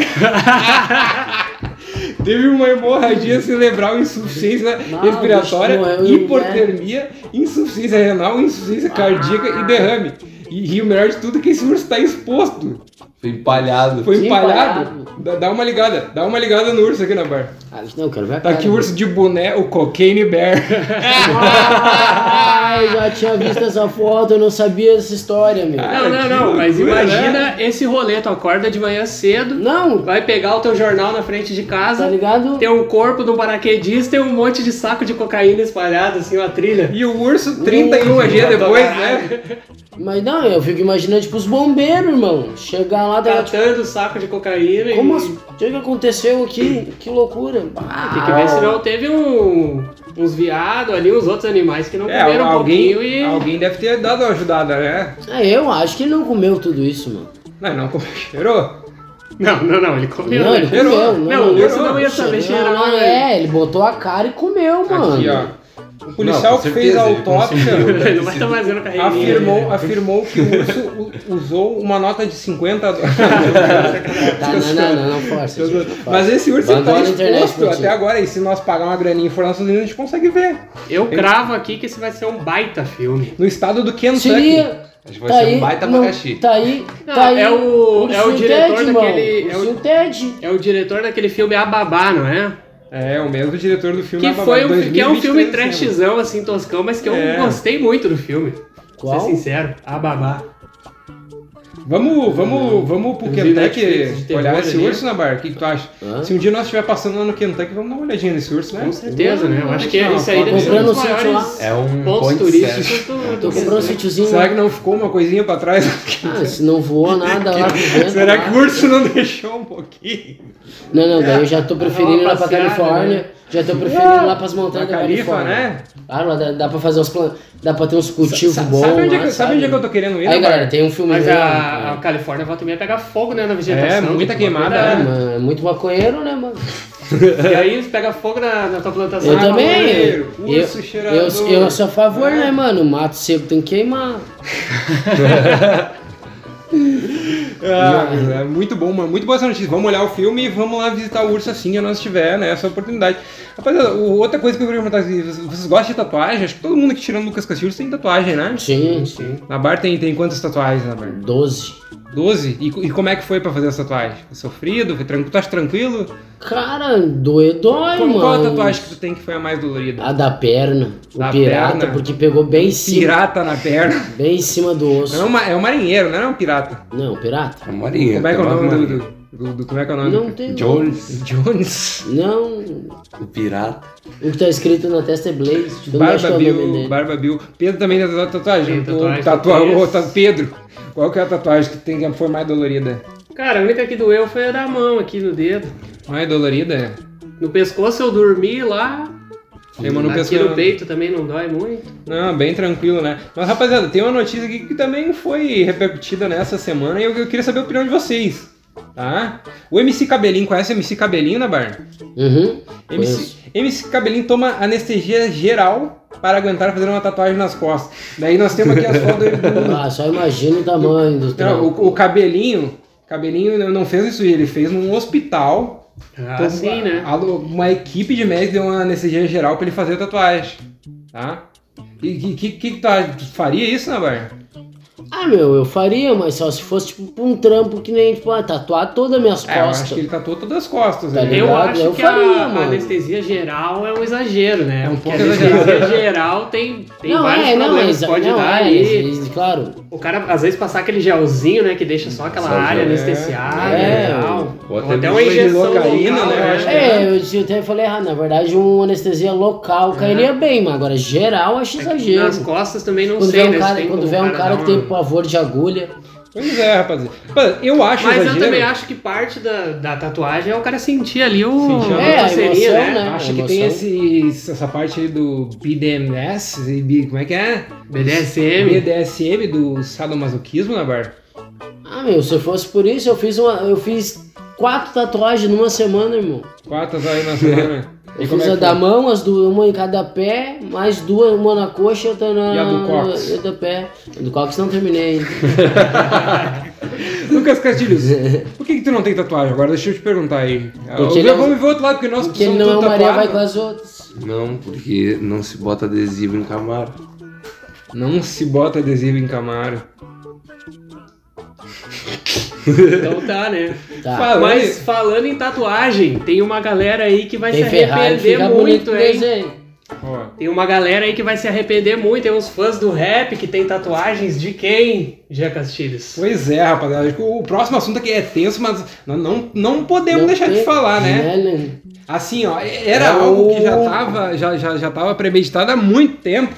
Speaker 4: Teve uma hemorragia cerebral, insuficiência
Speaker 5: Não,
Speaker 4: respiratória,
Speaker 5: bicho, morreu,
Speaker 4: hipotermia, insuficiência renal, insuficiência cardíaca e derrame. E, e o melhor de tudo é que esse urso está exposto.
Speaker 7: Foi empalhado.
Speaker 4: Foi
Speaker 5: Que
Speaker 4: empalhado.
Speaker 5: empalhado.
Speaker 4: Dá, dá uma ligada, dá uma ligada no urso aqui na bar.
Speaker 5: Ah, não, eu quero ver a
Speaker 4: Tá
Speaker 5: cara
Speaker 4: aqui o urso de boné, o cocaine bear.
Speaker 5: Ai, já tinha visto essa foto, eu não sabia dessa história, meu.
Speaker 4: Ah. Cara,
Speaker 6: Não, não,
Speaker 4: que
Speaker 6: não.
Speaker 5: né?
Speaker 6: Mas
Speaker 4: loucura,
Speaker 6: imagina esse rolê. Tu acorda de manhã cedo,
Speaker 5: Não,
Speaker 6: vai pegar o teu jornal na frente de
Speaker 5: tá
Speaker 6: casa,
Speaker 5: ligado?
Speaker 6: tem um corpo de um paraquedista e um monte de saco de cocaína espalhado, assim, uma trilha.
Speaker 4: E o urso 31 G depois, né?
Speaker 5: Mas não, eu fico imaginando, tipo, os bombeiros, irmão. Chegar lá, tá ligado?
Speaker 6: Catando saco de cocaína
Speaker 5: Tipo, como
Speaker 6: e...
Speaker 5: as... o que que aconteceu aqui? Que loucura. Ah,
Speaker 6: Tem que ver se não teve um, uns viados ali, uns outros animais que não
Speaker 4: É,
Speaker 6: comeram um
Speaker 4: alguém,
Speaker 6: pouquinho e...
Speaker 4: alguém deve ter dado uma ajudada, né?
Speaker 5: É, eu acho que ele não comeu tudo isso, mano.
Speaker 4: Não, não, como é cheirou?
Speaker 6: Não, não, não, ele comeu.
Speaker 5: Não,
Speaker 6: né?
Speaker 5: ele
Speaker 4: cheirou.
Speaker 5: comeu.
Speaker 6: Não,
Speaker 5: não,
Speaker 6: o urso não ia
Speaker 5: cheirou,
Speaker 6: saber cheirar,
Speaker 5: não,
Speaker 6: né?
Speaker 5: É, ele botou a cara e comeu, mano.
Speaker 4: Aqui, ó. O policial
Speaker 7: Não,
Speaker 4: que
Speaker 7: com
Speaker 4: fez a
Speaker 7: certeza, ele
Speaker 4: autópsia.
Speaker 7: consumiu.
Speaker 6: Ele não vai estar fazendo carreirinha.
Speaker 4: afirmou, afirmou que o urso u- usou uma nota de 50 dólares.
Speaker 5: Tá, não, não, não, não força. gente, não força.
Speaker 4: Mas esse urso
Speaker 5: Abandona
Speaker 4: tá
Speaker 5: a internet
Speaker 4: exposto
Speaker 5: pra ti.
Speaker 4: até agora. E se nós pagar uma graninha e for nos Estados Unidos, a gente consegue ver.
Speaker 6: Eu cravo aqui que esse vai ser um baita filme.
Speaker 4: No estado do Kentucky.
Speaker 5: Seria.
Speaker 7: Acho que vai
Speaker 5: tá
Speaker 7: ser um
Speaker 5: aí,
Speaker 7: baita
Speaker 5: não,
Speaker 7: abacaxi.
Speaker 5: Tá aí.
Speaker 6: Não,
Speaker 5: tá aí.
Speaker 6: é o- é o
Speaker 5: Ursinho
Speaker 6: diretor
Speaker 5: Ted,
Speaker 6: daquele-
Speaker 5: irmão.
Speaker 6: é o-
Speaker 5: Ursinho Ted.
Speaker 6: É o diretor daquele filme Ababá, não é?
Speaker 4: É, o mesmo diretor do filme
Speaker 6: Que,
Speaker 4: Ababá,
Speaker 6: foi um, que é um filme
Speaker 4: 2023, né?
Speaker 6: trashzão, assim, toscão, mas que eu
Speaker 4: É.
Speaker 6: gostei muito do filme. Pra
Speaker 5: Qual?
Speaker 6: ser sincero, a babá.
Speaker 4: Vamos, vamos, vamos pro
Speaker 6: Hum. Eu vi Netflix um de
Speaker 4: Kentucky
Speaker 6: terror
Speaker 4: olhar esse
Speaker 6: ali.
Speaker 4: urso na barra. O que, que tu acha?
Speaker 5: Hã?
Speaker 4: Se um dia nós estiver passando lá no Kentucky, vamos dar uma olhadinha nesse urso, né?
Speaker 6: Com certeza, né? Eu acho
Speaker 5: é
Speaker 6: que
Speaker 4: Não,
Speaker 6: isso aí
Speaker 4: tá
Speaker 6: deve ser um
Speaker 5: comprando
Speaker 6: dos
Speaker 5: o sítio
Speaker 6: maiores
Speaker 5: lá.
Speaker 7: É um
Speaker 6: pontos
Speaker 7: ponto
Speaker 6: turísticos do, do
Speaker 5: Tô comprando um
Speaker 6: Brasil.
Speaker 5: sítiozinho.
Speaker 4: Será que não ficou uma coisinha pra trás?
Speaker 5: Ah, se não voou nada lá pro vento.
Speaker 4: Será
Speaker 5: lá.
Speaker 4: que o urso não deixou um pouquinho?
Speaker 5: Não, não, daí eu já tô preferindo ir lá pra
Speaker 6: passeada,
Speaker 5: Califórnia. Já tô preferindo ir lá pras montanhas
Speaker 4: Na né?
Speaker 5: da
Speaker 4: Califa,
Speaker 5: Califórnia.
Speaker 4: né?
Speaker 5: Ah, lá dá, dá pra fazer uns planos. Dá pra ter uns cultivos
Speaker 4: Sa-
Speaker 5: bons.
Speaker 4: sabe, onde é
Speaker 5: lá,
Speaker 4: que, sabe onde é que eu tô querendo ir?
Speaker 5: Aí,
Speaker 4: na
Speaker 5: galera,
Speaker 4: barra?
Speaker 5: tem um filme.
Speaker 6: Mas
Speaker 5: meu,
Speaker 6: a, a
Speaker 5: né?
Speaker 6: Califórnia vai também pegar fogo, né, na vegetação.
Speaker 4: É, muita
Speaker 6: tem que tomar
Speaker 4: queimada,
Speaker 6: cuidado.
Speaker 4: né?
Speaker 5: Mano, é muito maconheiro, né, mano?
Speaker 6: E aí pega fogo na, na tua plantação.
Speaker 5: Eu
Speaker 6: Ah,
Speaker 5: também.
Speaker 4: maconheiro,
Speaker 5: eu-
Speaker 4: urso
Speaker 5: eu,
Speaker 4: cheirador.
Speaker 5: eu, eu sou a favor, né, mano? Mato seco tem que queimar.
Speaker 4: Ah, mas é muito bom, mano. Muito boa essa notícia. Vamos olhar o filme e vamos lá visitar o urso assim que nós tiver, né? Essa oportunidade. Rapaziada, o- outra coisa que eu queria perguntar: assim, vocês- vocês gostam de tatuagem? Acho que todo mundo que tirando o Lucas Castilhos tem tatuagem, né?
Speaker 5: Sim,
Speaker 6: Sim.
Speaker 4: Na Bar tem, tem quantas tatuagens na Bar?
Speaker 5: 12.
Speaker 4: Doze? E, co- e como é que foi pra fazer essa tatuagem? Foi sofrido? Foi tranquilo? Tu acha tranquilo?
Speaker 5: Cara, doer
Speaker 4: Qual-
Speaker 5: dói, mano.
Speaker 4: qual é a tatuagem que tu tem que foi a mais dolorida?
Speaker 5: A da perna. O
Speaker 4: Da
Speaker 5: pirata,
Speaker 4: perna. Um
Speaker 5: porque pegou bem em cima.
Speaker 4: Pirata na perna.
Speaker 5: Bem em cima do osso.
Speaker 4: Não, é uma- é um marinheiro, não é um pirata.
Speaker 5: Não, pirata.
Speaker 7: A Morinha.
Speaker 4: Como é que é o
Speaker 7: tá lá,
Speaker 4: nome do,
Speaker 7: Morinha.
Speaker 4: do- do- do- Como é que é o nome?
Speaker 5: Não
Speaker 4: do-
Speaker 5: tem.
Speaker 7: Jones,
Speaker 4: Jones.
Speaker 5: Não.
Speaker 7: o pirata.
Speaker 5: O que tá escrito na testa é Blaze. Tu não acha que
Speaker 4: Barba
Speaker 5: é o nome
Speaker 4: Bill,
Speaker 5: dele.
Speaker 4: Barba Bill. Pedro também tem tatu- tatuagem.
Speaker 6: Tem tatuagem,
Speaker 4: Tu- tatua-
Speaker 6: tem
Speaker 4: ô,
Speaker 6: esse.
Speaker 4: ta- Pedro, qual que é a tatuagem que tem que foi mais dolorida?
Speaker 6: Cara, a única que doeu foi a da mão aqui no dedo.
Speaker 4: Mais dolorida?
Speaker 6: No pescoço eu dormi lá.
Speaker 4: Tem uma no
Speaker 6: aqui
Speaker 4: pescoço.
Speaker 6: no peito também não dói muito.
Speaker 4: Não, bem tranquilo, né? Mas rapaziada, tem uma notícia aqui que também foi repercutida nessa semana e eu, eu queria saber a opinião de vocês. Tá? O MC Cabelinho, conhece o MC Cabelinho né, na barra?
Speaker 5: Uhum.
Speaker 4: MC, MC Cabelinho toma anestesia geral para aguentar fazer uma tatuagem nas costas. Daí nós temos aqui as fotos dele do,
Speaker 5: Ah, só imagina o tamanho do
Speaker 4: Não,
Speaker 5: trampo.
Speaker 4: o, o cabelinho, cabelinho não- não fez isso, ele fez num hospital.
Speaker 6: Ah,
Speaker 4: Todo-
Speaker 6: sim, né?
Speaker 4: a- uma equipe de médicos deu uma anestesia geral pra ele fazer a tatuagem, tá? E que, que, que tu acha? Tu faria isso, Nabar?
Speaker 5: Ah, meu, eu faria, mas só se fosse tipo pra um trampo que nem tipo, ah, tatuar todas as minhas
Speaker 4: É, eu acho
Speaker 5: costas.
Speaker 4: que ele tatuou todas as costas.
Speaker 5: Tá
Speaker 4: né?
Speaker 6: Eu
Speaker 5: ligado?
Speaker 6: acho
Speaker 5: Eu
Speaker 6: que
Speaker 5: faria,
Speaker 6: a,
Speaker 5: mano.
Speaker 6: a anestesia geral é um exagero, né?
Speaker 4: É um
Speaker 6: Porque
Speaker 4: pouco
Speaker 6: a anestesia
Speaker 4: exagerado.
Speaker 6: geral tem, tem
Speaker 5: não,
Speaker 6: vários
Speaker 5: é, não,
Speaker 6: problemas.
Speaker 5: exa-
Speaker 6: Pode
Speaker 5: não,
Speaker 6: dar
Speaker 5: é,
Speaker 6: ali.
Speaker 5: ex- claro.
Speaker 6: O cara, às vezes, passar aquele gelzinho, né? Que deixa só aquela
Speaker 7: Só o
Speaker 6: área
Speaker 7: gel, é.
Speaker 6: anestesiada
Speaker 5: É.
Speaker 6: e tal.
Speaker 7: Ou até
Speaker 6: uma
Speaker 4: mesmo de
Speaker 6: injeção
Speaker 4: locaína,
Speaker 6: local,
Speaker 4: né, eu acho que
Speaker 6: É.
Speaker 5: É, eu, eu até falei errado. Na verdade, uma anestesia local cairia bem, mas agora geral eu acho é exagero.
Speaker 6: Nas costas também É. não
Speaker 5: quando
Speaker 6: sei,
Speaker 5: vê um
Speaker 6: né? se
Speaker 5: cara,
Speaker 6: tem
Speaker 5: quando
Speaker 6: como
Speaker 5: vê
Speaker 6: o
Speaker 5: um cara
Speaker 6: dar
Speaker 5: que tem
Speaker 6: uma-
Speaker 5: pavor de agulha,
Speaker 4: Pois é, rapaziada. Rapaz, eu acho
Speaker 6: Mas
Speaker 4: exagero.
Speaker 6: eu também acho que parte da, da tatuagem é o cara sentir ali o...
Speaker 4: Sentir a
Speaker 6: a
Speaker 4: É,
Speaker 5: a
Speaker 6: parceria,
Speaker 5: emoção,
Speaker 6: né?
Speaker 5: né?
Speaker 4: Acho que
Speaker 5: Emoção.
Speaker 4: tem esse, essa parte aí do BDMS, e B- como é que é?
Speaker 6: BDSM.
Speaker 4: BDSM, do sadomasoquismo, né, Nabar?
Speaker 5: Ah, meu, se fosse por isso, eu fiz uma. Eu fiz quatro tatuagens numa semana, irmão.
Speaker 4: Quatro aí na semana.
Speaker 5: Eu
Speaker 4: como
Speaker 5: fiz
Speaker 4: é
Speaker 5: a
Speaker 4: que
Speaker 5: da
Speaker 4: foi?
Speaker 5: mão, as duas, uma em cada pé, mais duas, uma na coxa e outra na.
Speaker 4: E a do cóccix?
Speaker 5: e outra pé. A do Cox não terminei. ainda.
Speaker 4: Lucas Castilhos, por que, que tu não tem tatuagem agora? Deixa eu te perguntar aí.
Speaker 5: Porque
Speaker 4: eu,
Speaker 5: ele é um-
Speaker 4: vamos ver o outro lado, porque nós um
Speaker 5: Porque ele não é
Speaker 4: somos
Speaker 5: o
Speaker 4: tudo
Speaker 5: Maria vai
Speaker 4: tatuado.
Speaker 5: com as outras.
Speaker 7: Não, porque não se bota adesivo em Camaro.
Speaker 4: Não se bota adesivo em Camaro.
Speaker 6: Então tá, né?
Speaker 5: Tá.
Speaker 4: Fala
Speaker 6: Mas
Speaker 4: aí.
Speaker 6: falando em tatuagem, tem uma galera aí que vai
Speaker 5: Tem
Speaker 6: se
Speaker 5: Ferrari,
Speaker 6: arrepender
Speaker 5: fica bonito
Speaker 6: muito,
Speaker 5: o
Speaker 6: hein?
Speaker 5: desenho.
Speaker 4: Ó,
Speaker 6: Tem uma galera aí que vai se arrepender muito. Tem uns fãs do rap que tem tatuagens de quem, Jean Castilhos?
Speaker 4: Pois é, rapaziada. Acho que O próximo assunto aqui é tenso, mas nós não, não podemos
Speaker 5: Não
Speaker 4: um deixar de
Speaker 5: tem-
Speaker 4: falar, né?
Speaker 5: né?
Speaker 4: Assim, ó, era
Speaker 5: É
Speaker 4: algo que
Speaker 5: o-
Speaker 4: já tava, já, já, já tava premeditado há muito tempo.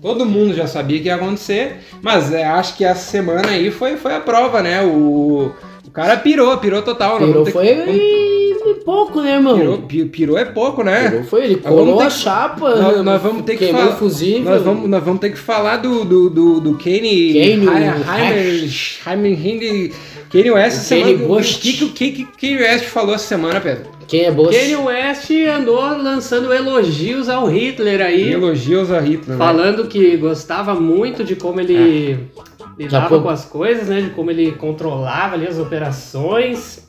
Speaker 4: Todo mundo já sabia que ia acontecer, mas é, acho que essa semana aí foi, foi a prova, né? O, o cara pirou, pirou total. nós
Speaker 5: Pirou
Speaker 4: vamos ter
Speaker 5: foi
Speaker 4: que- vamos-
Speaker 5: e- e pouco, né, irmão?
Speaker 4: Pirou, pi- pirou é pouco, né?
Speaker 5: Pirou foi, ele
Speaker 4: vamos
Speaker 5: colou
Speaker 4: ter
Speaker 5: a
Speaker 4: que-
Speaker 5: chapa.
Speaker 4: Nós, nós vamos ter que
Speaker 5: queimou
Speaker 4: falar.
Speaker 5: o fusível.
Speaker 4: Nós vamos, nós vamos ter que falar do, do, do, do Kanye.
Speaker 5: Kanye
Speaker 4: Heimer- Heimer- Hindi- Kanye West essa
Speaker 5: Kanye
Speaker 4: semana. O
Speaker 5: West.
Speaker 4: que, que, o que, que Kanye West falou essa semana, Pedro?
Speaker 5: Quem é bolsa?
Speaker 6: Kanye West andou lançando elogios ao Hitler aí,
Speaker 4: Elogios a Hitler. né?
Speaker 6: falando que gostava muito de como ele
Speaker 5: Daqui a
Speaker 6: lidava
Speaker 5: pouco-
Speaker 6: com as coisas, né? De como ele controlava ali as operações.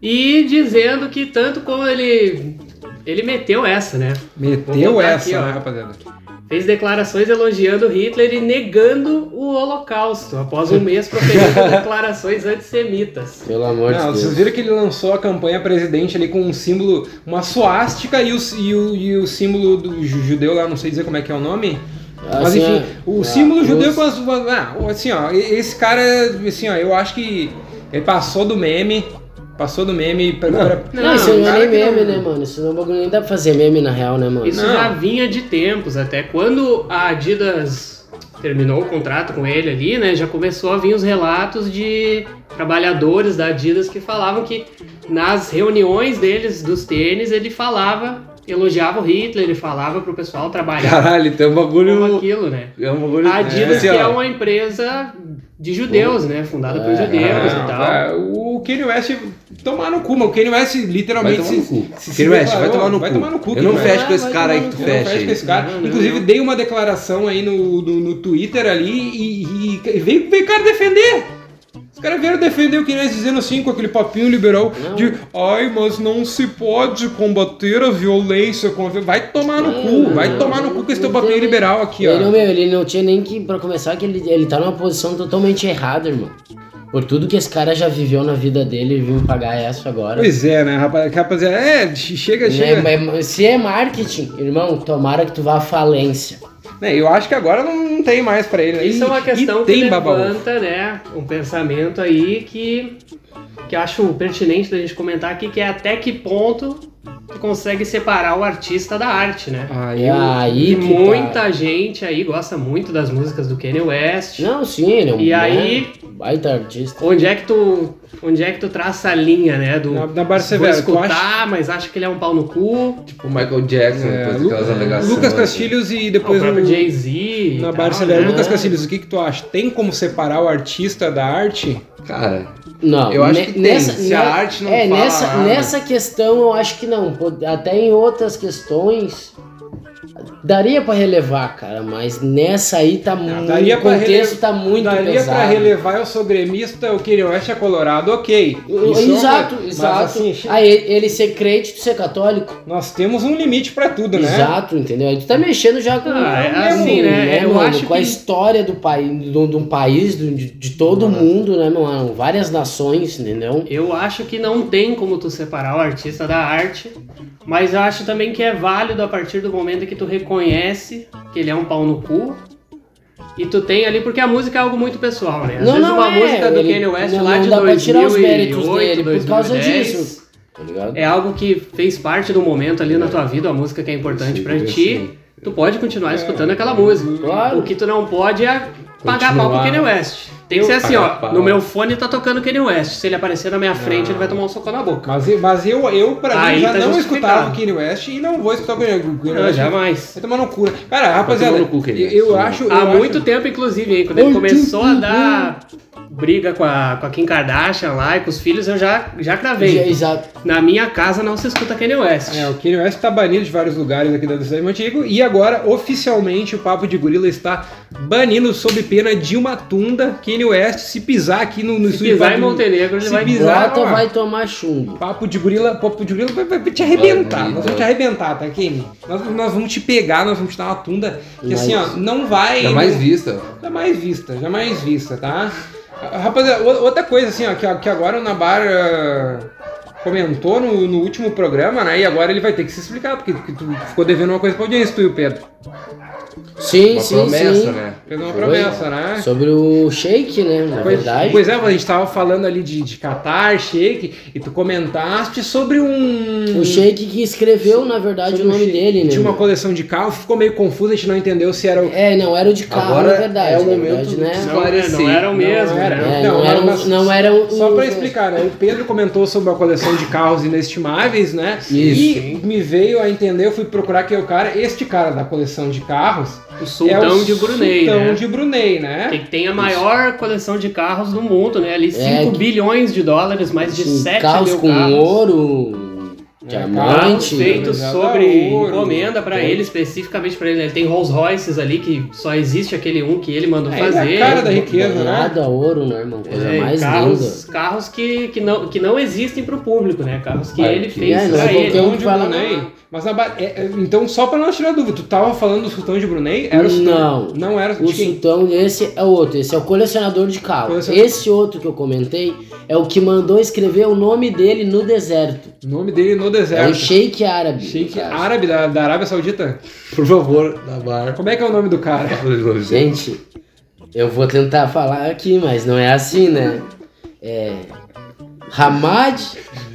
Speaker 6: E dizendo que tanto como ele. Ele meteu essa, né?
Speaker 4: Meteu
Speaker 6: botar
Speaker 4: essa,
Speaker 6: aqui, ó.
Speaker 4: né, rapaziada?
Speaker 6: fez declarações elogiando Hitler e negando o Holocausto, após um mês proferindo declarações antissemitas.
Speaker 5: Pelo amor
Speaker 4: Não,
Speaker 5: de
Speaker 4: vocês
Speaker 5: Deus.
Speaker 4: viram que ele lançou a campanha presidente ali com um símbolo, uma suástica e o, e o, e o símbolo do ju- judeu lá, não sei dizer como é que é o nome. Mas
Speaker 5: Assim,
Speaker 4: enfim, o
Speaker 5: é,
Speaker 4: símbolo
Speaker 5: cruz.
Speaker 4: judeu com as. Ah, assim, ó, e- esse cara, assim, ó, eu acho que ele passou do meme. Passou do meme. Pra, pra-
Speaker 5: Não,
Speaker 6: Não,
Speaker 5: isso não
Speaker 4: cara
Speaker 5: é nem
Speaker 4: que
Speaker 5: meme,
Speaker 4: não-
Speaker 5: né, mano? Isso não é um bagulho nem dá pra fazer meme na real, né, mano?
Speaker 6: Isso
Speaker 4: Não.
Speaker 6: já vinha de tempos, até quando a Adidas terminou o contrato com ele ali, né? Já começou a vir os relatos de trabalhadores da Adidas que falavam que nas reuniões deles dos tênis ele falava, elogiava o Hitler, ele falava pro pessoal trabalhar
Speaker 7: Caralho, tem um
Speaker 6: como
Speaker 7: bagulho.
Speaker 6: aquilo, né?
Speaker 7: É um bagulho.
Speaker 6: A Adidas
Speaker 7: é,
Speaker 6: que é
Speaker 7: ó,
Speaker 6: uma empresa de judeus, né? Fundada por
Speaker 5: É,
Speaker 6: judeus
Speaker 4: Não,
Speaker 6: e tal.
Speaker 4: vai- Ah, o Kanye West tomar no cu, mano. O Kanye West
Speaker 7: Vai
Speaker 4: literalmente
Speaker 7: tomar
Speaker 4: se,
Speaker 7: no cu.
Speaker 4: se- se
Speaker 7: Kanye West, vai
Speaker 4: declarou,
Speaker 7: tomar no cu.
Speaker 4: vai tomar no cu,
Speaker 7: Eu não
Speaker 4: Kanye
Speaker 5: West.
Speaker 7: fecho com esse
Speaker 5: Vai
Speaker 7: cara aí
Speaker 5: tomar
Speaker 7: que
Speaker 5: no
Speaker 7: tu
Speaker 5: cu.
Speaker 4: Eu não
Speaker 7: fecha.
Speaker 4: fecho com
Speaker 7: aí.
Speaker 4: esse cara.
Speaker 6: Não, não,
Speaker 4: Inclusive,
Speaker 6: não.
Speaker 4: dei uma declaração aí no, no, no Twitter ali e, e- e veio, veio o cara defender. Os caras vieram defender o que nós dizendo assim, com aquele papinho liberal
Speaker 5: Não.
Speaker 4: de ai, mas não se pode combater a violência com a vi-". Vai tomar no
Speaker 5: Não,
Speaker 4: cu,
Speaker 5: não,
Speaker 4: vai
Speaker 5: não,
Speaker 4: tomar no
Speaker 5: não,
Speaker 4: cu com esse teu
Speaker 5: não
Speaker 4: papinho
Speaker 5: tem-
Speaker 4: liberal aqui,
Speaker 6: é
Speaker 5: Ele,
Speaker 4: ó.
Speaker 5: meu, ele não tinha nem que, pra começar, que ele, ele tá numa posição totalmente errada, irmão. Por tudo que esse cara já viveu na vida dele, ele vindo pagar essa agora.
Speaker 4: Pois é, né, rapaz- rapaziada? É, chega, chega.
Speaker 5: Né, mas se é marketing, irmão, tomara que tu vá à falência.
Speaker 4: Né, Eu acho que agora não, não tem mais pra ele. né?
Speaker 6: Isso
Speaker 4: E-
Speaker 6: é uma
Speaker 4: e
Speaker 6: questão que
Speaker 4: tem babaú.
Speaker 6: levanta, né, um pensamento aí que, que eu acho pertinente da gente comentar aqui, que é até que ponto tu consegue separar o artista da arte, né?
Speaker 4: Aí,
Speaker 5: E aí
Speaker 6: E
Speaker 5: que tá.
Speaker 6: muita gente aí gosta muito das músicas do Kanye West.
Speaker 5: Não, sim, ele é um
Speaker 6: E
Speaker 5: bom-
Speaker 6: aí-
Speaker 5: baita artista.
Speaker 6: Onde é que tu, onde é que tu traça a linha, né, do
Speaker 4: na, na
Speaker 6: vou
Speaker 4: Barcelona, tu
Speaker 6: escutar,
Speaker 4: acha
Speaker 6: mas acho que ele é um pau no cu,
Speaker 7: Tipo o Michael Jackson,
Speaker 4: É,
Speaker 7: depois
Speaker 4: Lu-
Speaker 7: daquelas alegações. assim.
Speaker 4: Lucas Castilhos e depois
Speaker 6: o próprio
Speaker 4: o-
Speaker 6: Jay-Z e
Speaker 4: Tipo, Na
Speaker 6: tal,
Speaker 4: Barcelona,
Speaker 6: né?
Speaker 4: Lucas Cassilhos, o que, que tu acha? Tem como separar o artista da arte?
Speaker 7: Cara,
Speaker 5: Não,
Speaker 7: Eu acho
Speaker 5: Ah, ne-
Speaker 7: que tem.
Speaker 5: nessa,
Speaker 7: Se
Speaker 5: ne-
Speaker 7: a arte não
Speaker 5: é,
Speaker 7: fala
Speaker 5: nessa,
Speaker 7: nada.
Speaker 5: nessa questão eu acho que não. Pô, Até em outras questões daria pra relevar, cara, mas nessa aí tá muito.
Speaker 4: daria
Speaker 5: o
Speaker 4: pra
Speaker 5: contexto
Speaker 4: rele-
Speaker 5: tá muito
Speaker 4: Daria
Speaker 5: pesado.
Speaker 4: pra relevar, eu sou gremista, o Kanye West é colorado, ok. Isso
Speaker 7: um
Speaker 4: é uma
Speaker 5: Exato,
Speaker 4: coisa. Mas,
Speaker 5: exato.
Speaker 4: assim, che-
Speaker 5: Aí ele ser crente, tu ser católico.
Speaker 4: nós temos um limite pra tudo, né?
Speaker 5: Exato, entendeu? Aí tu tá mexendo já com,
Speaker 6: Ah, é
Speaker 5: né,
Speaker 6: assim,
Speaker 5: mano,
Speaker 6: né? Eu
Speaker 5: mano,
Speaker 6: acho
Speaker 5: com a
Speaker 6: que-
Speaker 5: história do país, do, de um país, do- de, de todo mundo, né, mano? Várias nações, entendeu?
Speaker 6: Então, Eu acho que não tem como tu separar o artista da arte, mas eu acho também que é válido a partir do momento que tu reconhece que ele é um pau no cu. E tu tem ali, porque a música é algo muito pessoal, né? Às
Speaker 5: Não,
Speaker 6: vezes
Speaker 5: não
Speaker 6: uma
Speaker 5: é,
Speaker 6: música do
Speaker 5: ele-
Speaker 6: Kanye West
Speaker 5: não-
Speaker 6: lá
Speaker 5: não
Speaker 6: de
Speaker 5: dá pra tirar os
Speaker 6: 2008,
Speaker 5: méritos dele por causa
Speaker 6: 2010,
Speaker 5: disso. Tá ligado?
Speaker 6: É algo que fez parte do momento ali na tua vida, a música que é importante
Speaker 7: Sim,
Speaker 6: pra
Speaker 7: sim.
Speaker 6: ti. Tu pode continuar escutando aquela música.
Speaker 5: Claro.
Speaker 6: O que tu não pode é pagar pau pro Kanye West. Tem que ser assim,
Speaker 7: Pagar
Speaker 6: ó.
Speaker 7: pau.
Speaker 6: No meu fone tá tocando Kanye West. Se ele aparecer na minha frente, ele vai tomar um soco na boca.
Speaker 4: Mas, eu- mas eu, eu, pra
Speaker 6: Aí
Speaker 4: mim, já
Speaker 6: tá
Speaker 4: não
Speaker 6: justificado.
Speaker 4: escutava o Kanye West e não vou escutar o Kanye o Kanye
Speaker 6: Não,
Speaker 4: West.
Speaker 6: Ah, jamais.
Speaker 4: Vai tomar no cu. né? Cara, rapaziada,
Speaker 7: tomar no cu, Kanye
Speaker 4: eu,
Speaker 7: West.
Speaker 4: eu acho...
Speaker 6: Há
Speaker 4: eu
Speaker 6: muito
Speaker 4: acho...
Speaker 6: tempo, inclusive, hein, quando ele
Speaker 5: Muito
Speaker 6: começou a dar briga com a, com a Kim Kardashian lá e com os filhos, eu já, já
Speaker 5: Já-
Speaker 6: cravei.
Speaker 5: Exato.
Speaker 6: Na minha casa não se escuta Kanye West.
Speaker 4: É, o Kanye West tá banido de vários lugares aqui da cidade do antigo e agora oficialmente o Papo de Gorila está banindo sob pena de uma tunda Kanye West se pisar aqui no, no
Speaker 6: se pisar em
Speaker 4: Papo de-
Speaker 6: Montenegro, ele
Speaker 4: se
Speaker 6: vai...
Speaker 4: pisar- Exato,
Speaker 5: Lata
Speaker 4: mano.
Speaker 5: vai tomar chumbo.
Speaker 4: Papo de gorila, papo de gorila vai, vai- vai te arrebentar.
Speaker 7: Banido.
Speaker 4: Nós vamos te arrebentar, tá, Kenny? Nós, nós vamos te pegar, nós vamos te dar uma tunda. Que
Speaker 5: Mas-
Speaker 4: assim, ó, não vai.
Speaker 7: dá tá mais
Speaker 4: não-
Speaker 7: vista.
Speaker 4: Jamais vista, jamais vista, tá? Ah, Rapaziada, o- outra coisa assim, ó, que, que agora o Nabar ah, comentou no, no último programa, né? E agora ele vai ter que se explicar, porque que tu ficou devendo uma coisa pra audiência, tu e o Pedro.
Speaker 5: Sim,
Speaker 7: Uma
Speaker 5: sim,
Speaker 7: promessa,
Speaker 5: sim.
Speaker 7: né?
Speaker 4: Fez uma
Speaker 5: Foi.
Speaker 4: promessa, né?
Speaker 5: Sobre o shake, né? Na
Speaker 4: Pois,
Speaker 5: verdade.
Speaker 4: pois é, a gente tava falando ali de, de Qatar, shake, e tu comentaste sobre um.
Speaker 5: O shake que escreveu, na verdade, o
Speaker 4: sobre um
Speaker 5: nome
Speaker 4: shake
Speaker 5: dele,
Speaker 4: que
Speaker 5: né?
Speaker 4: Tinha uma coleção de carro, ficou meio confuso, a gente não entendeu se era o.
Speaker 5: É, não era o de carro,
Speaker 7: Agora
Speaker 5: na verdade.
Speaker 7: é o
Speaker 5: na
Speaker 7: momento
Speaker 5: verdade,
Speaker 7: do
Speaker 5: né?
Speaker 6: Não, é, não era o
Speaker 4: Não
Speaker 6: mesmo,
Speaker 4: era.
Speaker 6: né?
Speaker 5: É,
Speaker 4: Não,
Speaker 5: não,
Speaker 4: era
Speaker 5: era um-
Speaker 4: uma-
Speaker 5: não era um-
Speaker 4: Só
Speaker 5: um-
Speaker 4: pra explicar, né? O Pedro comentou sobre a coleção de carros inestimáveis, né? E me veio a entender, eu fui procurar quem é o cara. Este cara da coleção de carros
Speaker 6: O sultão
Speaker 4: é o
Speaker 6: de Brunei,
Speaker 4: Sultão
Speaker 6: né?
Speaker 4: de Brunei, né?
Speaker 6: Que tem a maior coleção de carros do mundo, né? Ali 5
Speaker 5: É que-
Speaker 6: bilhões de dólares, mais de
Speaker 5: Sim,
Speaker 6: 7
Speaker 5: carros
Speaker 6: mil
Speaker 5: um com
Speaker 6: carros.
Speaker 5: ouro, Diamante.
Speaker 6: feito
Speaker 4: Já dá
Speaker 6: sobre
Speaker 4: ouro. né?
Speaker 6: encomenda pra ele, especificamente pra ele. né? Ele tem Rolls Royces ali, que só existe aquele um que ele mandou
Speaker 4: É, ele é a
Speaker 6: fazer.
Speaker 4: cara da riqueza, né?
Speaker 5: Nada, ouro, né, irmão? Coisa
Speaker 6: É,
Speaker 5: mais linda.
Speaker 6: carros carros que, que, não, que não existem pro público, né? Carros que
Speaker 7: Vai,
Speaker 6: ele
Speaker 7: que
Speaker 6: fez
Speaker 5: é,
Speaker 6: pra
Speaker 5: nós voltamos
Speaker 6: ele.
Speaker 4: Sultão
Speaker 5: Então,
Speaker 4: um de
Speaker 5: vai lá.
Speaker 4: Brunei. Mas na ba- é, é, então, só pra não tirar dúvida, tu tava falando do Sultão de Brunei? Era o Sultão?
Speaker 5: Não.
Speaker 4: Não era
Speaker 5: O
Speaker 4: de quem?
Speaker 5: sultão, esse é outro, esse é o colecionador de carros.
Speaker 4: Colecionador.
Speaker 5: Esse outro que eu comentei é o que mandou escrever o nome dele no deserto.
Speaker 4: O nome dele no
Speaker 5: É o
Speaker 4: deserto.
Speaker 5: Sheik Árabe. Tá,
Speaker 4: Sheik
Speaker 5: no caso.
Speaker 4: árabe da, da Arábia Saudita?
Speaker 7: Por favor, da bar.
Speaker 4: Como é que é o nome do cara?
Speaker 7: Fala de novo,
Speaker 5: Gente, eu vou tentar falar aqui, mas não é assim, né? É. Hamad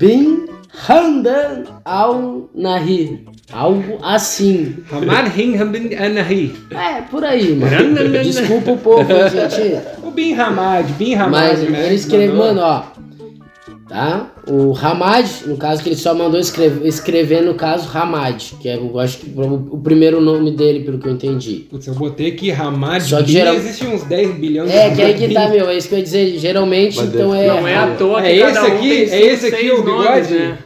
Speaker 5: bin Handan al-Nahir. Algo assim.
Speaker 4: Hamad Hinham bin Anahi.
Speaker 5: É, por aí, mano. Desculpa o povo, gente.
Speaker 4: O Bin Hamad, Bin Hamad.
Speaker 5: Mas
Speaker 4: né?
Speaker 5: ele escreveu,
Speaker 4: Mandou.
Speaker 5: mano, ó. Tá? O Hamad, no caso que ele só mandou escrever, escrever no caso Hamad, que é, eu acho que o o primeiro nome dele, pelo que eu entendi.
Speaker 4: Putz, eu botei aqui Hamad.
Speaker 5: Só que
Speaker 4: Bin,
Speaker 5: geral-
Speaker 4: Existe uns 10 bilhões
Speaker 5: É, que aí que tá, meu, é isso que eu ia dizer. Geralmente,
Speaker 7: Mas
Speaker 5: então é.
Speaker 6: Não é à toa que
Speaker 4: É esse
Speaker 6: cada um
Speaker 4: aqui?
Speaker 6: tem
Speaker 4: É
Speaker 6: cinco,
Speaker 4: esse aqui
Speaker 6: seis
Speaker 4: o bigode?
Speaker 6: Nomes, né?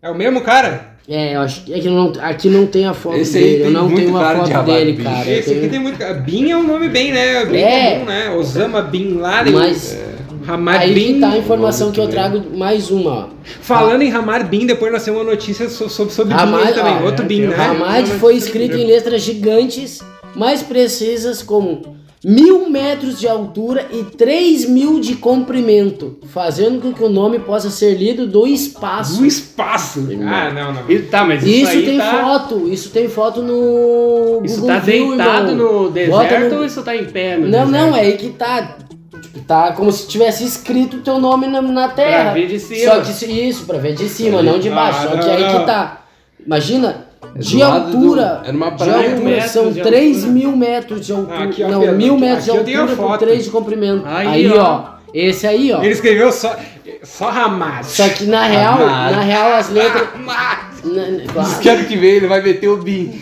Speaker 4: É o mesmo cara?
Speaker 5: É, eu acho que é que não, aqui não tem a foto
Speaker 7: Esse aí
Speaker 5: dele. Eu
Speaker 7: tem
Speaker 5: não
Speaker 7: muito
Speaker 5: tenho uma
Speaker 7: cara de
Speaker 5: foto
Speaker 7: Hamad
Speaker 5: dele,
Speaker 7: Bin.
Speaker 5: cara. eu
Speaker 4: Esse aqui
Speaker 5: tenho-
Speaker 4: tem muito cara. Bin é um nome bem, né? Bem
Speaker 5: É.
Speaker 4: comum, né? Osama Bin Laden.
Speaker 5: Mas-
Speaker 4: É. Hamad
Speaker 5: Aí
Speaker 4: Bin.
Speaker 5: que tá a informação que eu
Speaker 7: Bin.
Speaker 5: trago mais uma, ó.
Speaker 4: Falando em Hamad Bin, depois nós temos uma notícia so- sobre, sobre Bin
Speaker 5: Hamad,
Speaker 4: aí também.
Speaker 5: ó,
Speaker 4: Outro
Speaker 6: é,
Speaker 4: Bin,
Speaker 6: tem
Speaker 4: né?
Speaker 6: o Hamad.
Speaker 5: Ramad foi escrito em letras gigantes, mais precisas como mil metros de altura e 3 mil de comprimento, fazendo com que o nome possa ser lido do espaço.
Speaker 4: Do espaço. Ah, não, não.
Speaker 6: E- Tá, mas isso,
Speaker 5: Isso,
Speaker 6: aí
Speaker 5: tem
Speaker 6: tá...
Speaker 5: foto, isso tem foto no
Speaker 6: Isso
Speaker 5: Google
Speaker 6: tá
Speaker 5: View,
Speaker 6: deitado
Speaker 5: irmão.
Speaker 6: no
Speaker 5: Bota
Speaker 6: deserto
Speaker 5: no-
Speaker 6: ou isso tá em pé no
Speaker 5: Não,
Speaker 6: deserto?
Speaker 5: não, é aí que tá. Tipo, Tá como se tivesse escrito o teu nome na, na terra.
Speaker 6: Pra ver de cima.
Speaker 5: é Só que isso- isso, pra ver de cima, não de
Speaker 4: Ah,
Speaker 5: baixo. Só que
Speaker 4: não,
Speaker 5: aí
Speaker 4: não.
Speaker 5: que tá. Imagina,
Speaker 7: É do
Speaker 5: de
Speaker 7: lado do-
Speaker 5: altura.
Speaker 7: era uma
Speaker 5: de
Speaker 7: praia.
Speaker 5: altura,
Speaker 6: Mil metros
Speaker 5: são
Speaker 6: de
Speaker 5: 3
Speaker 6: altura.
Speaker 5: mil metros de altura.
Speaker 4: Ah, aqui, ó,
Speaker 5: não,
Speaker 4: Pedro,
Speaker 5: mil
Speaker 4: aqui-
Speaker 5: metros de
Speaker 4: aqui eu tenho a
Speaker 5: altura por
Speaker 4: foto.
Speaker 5: 3 de comprimento.
Speaker 6: Aí,
Speaker 5: Aí,
Speaker 6: ó.
Speaker 5: ó. Esse aí, ó.
Speaker 4: Ele escreveu só, só Hamad.
Speaker 5: Só que
Speaker 7: Ah,
Speaker 5: na real,
Speaker 7: Amado.
Speaker 5: na real as letras.
Speaker 4: Hamad.
Speaker 5: na- na- claro.
Speaker 7: Quero que vem, ele vai meter o Bin.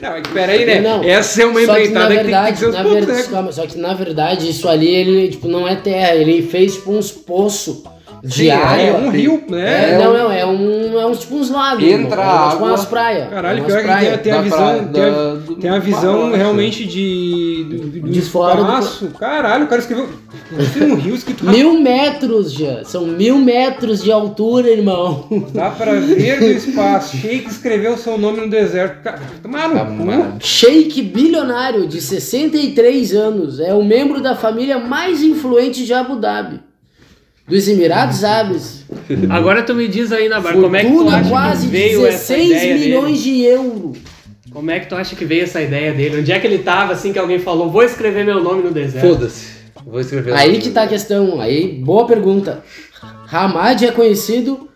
Speaker 4: Não, é que peraí, né?
Speaker 5: Não.
Speaker 4: Essa é uma
Speaker 5: Só que na
Speaker 4: empreitada que, tem que
Speaker 5: verdade,
Speaker 4: dizer os
Speaker 5: na
Speaker 4: pontos,
Speaker 5: verdade,
Speaker 4: né?
Speaker 5: calma, só que na verdade isso ali ele tipo não é terra, ele fez tipo uns poços de
Speaker 4: Sim,
Speaker 5: água.
Speaker 4: é um rio, né?
Speaker 5: É, não, não, é um é uns tipo uns lagos. irmão,
Speaker 7: Entra
Speaker 5: é
Speaker 7: a
Speaker 5: tipo
Speaker 7: água.
Speaker 5: umas praias.
Speaker 4: Caralho,
Speaker 5: umas
Speaker 4: pior que
Speaker 5: praias.
Speaker 4: tem, tem a
Speaker 7: da
Speaker 4: visão,
Speaker 7: praia-
Speaker 4: tem, a-
Speaker 7: da- do-
Speaker 4: tem a visão
Speaker 7: Barroca.
Speaker 4: realmente de, do, do- do
Speaker 5: De fora do-
Speaker 4: espaço. Caralho, o cara escreveu. Tem um rio escrito
Speaker 5: Mil metros, já. São mil metros de altura, irmão.
Speaker 4: Dá pra ver do espaço. Sheik escreveu seu nome no deserto. Cara, Tomaram
Speaker 7: Tá
Speaker 4: um cu.
Speaker 7: maravilhoso.
Speaker 5: Sheik bilionário de 63 anos é o membro da família mais influente de Abu Dhabi, dos Emirados Árabes.
Speaker 6: Agora tu me diz aí, Nabar, como é que tu
Speaker 5: Fortuna
Speaker 6: acha
Speaker 5: quase
Speaker 6: que veio essa
Speaker 5: 16
Speaker 6: ideia dele?
Speaker 5: milhões de euros.
Speaker 6: Como é que tu acha que veio essa ideia dele? Onde é que ele tava assim que alguém falou, vou escrever meu nome no deserto?
Speaker 7: Foda-se. Vou escrever.
Speaker 5: Aí que tá a questão, aí boa pergunta. Hamad é conhecido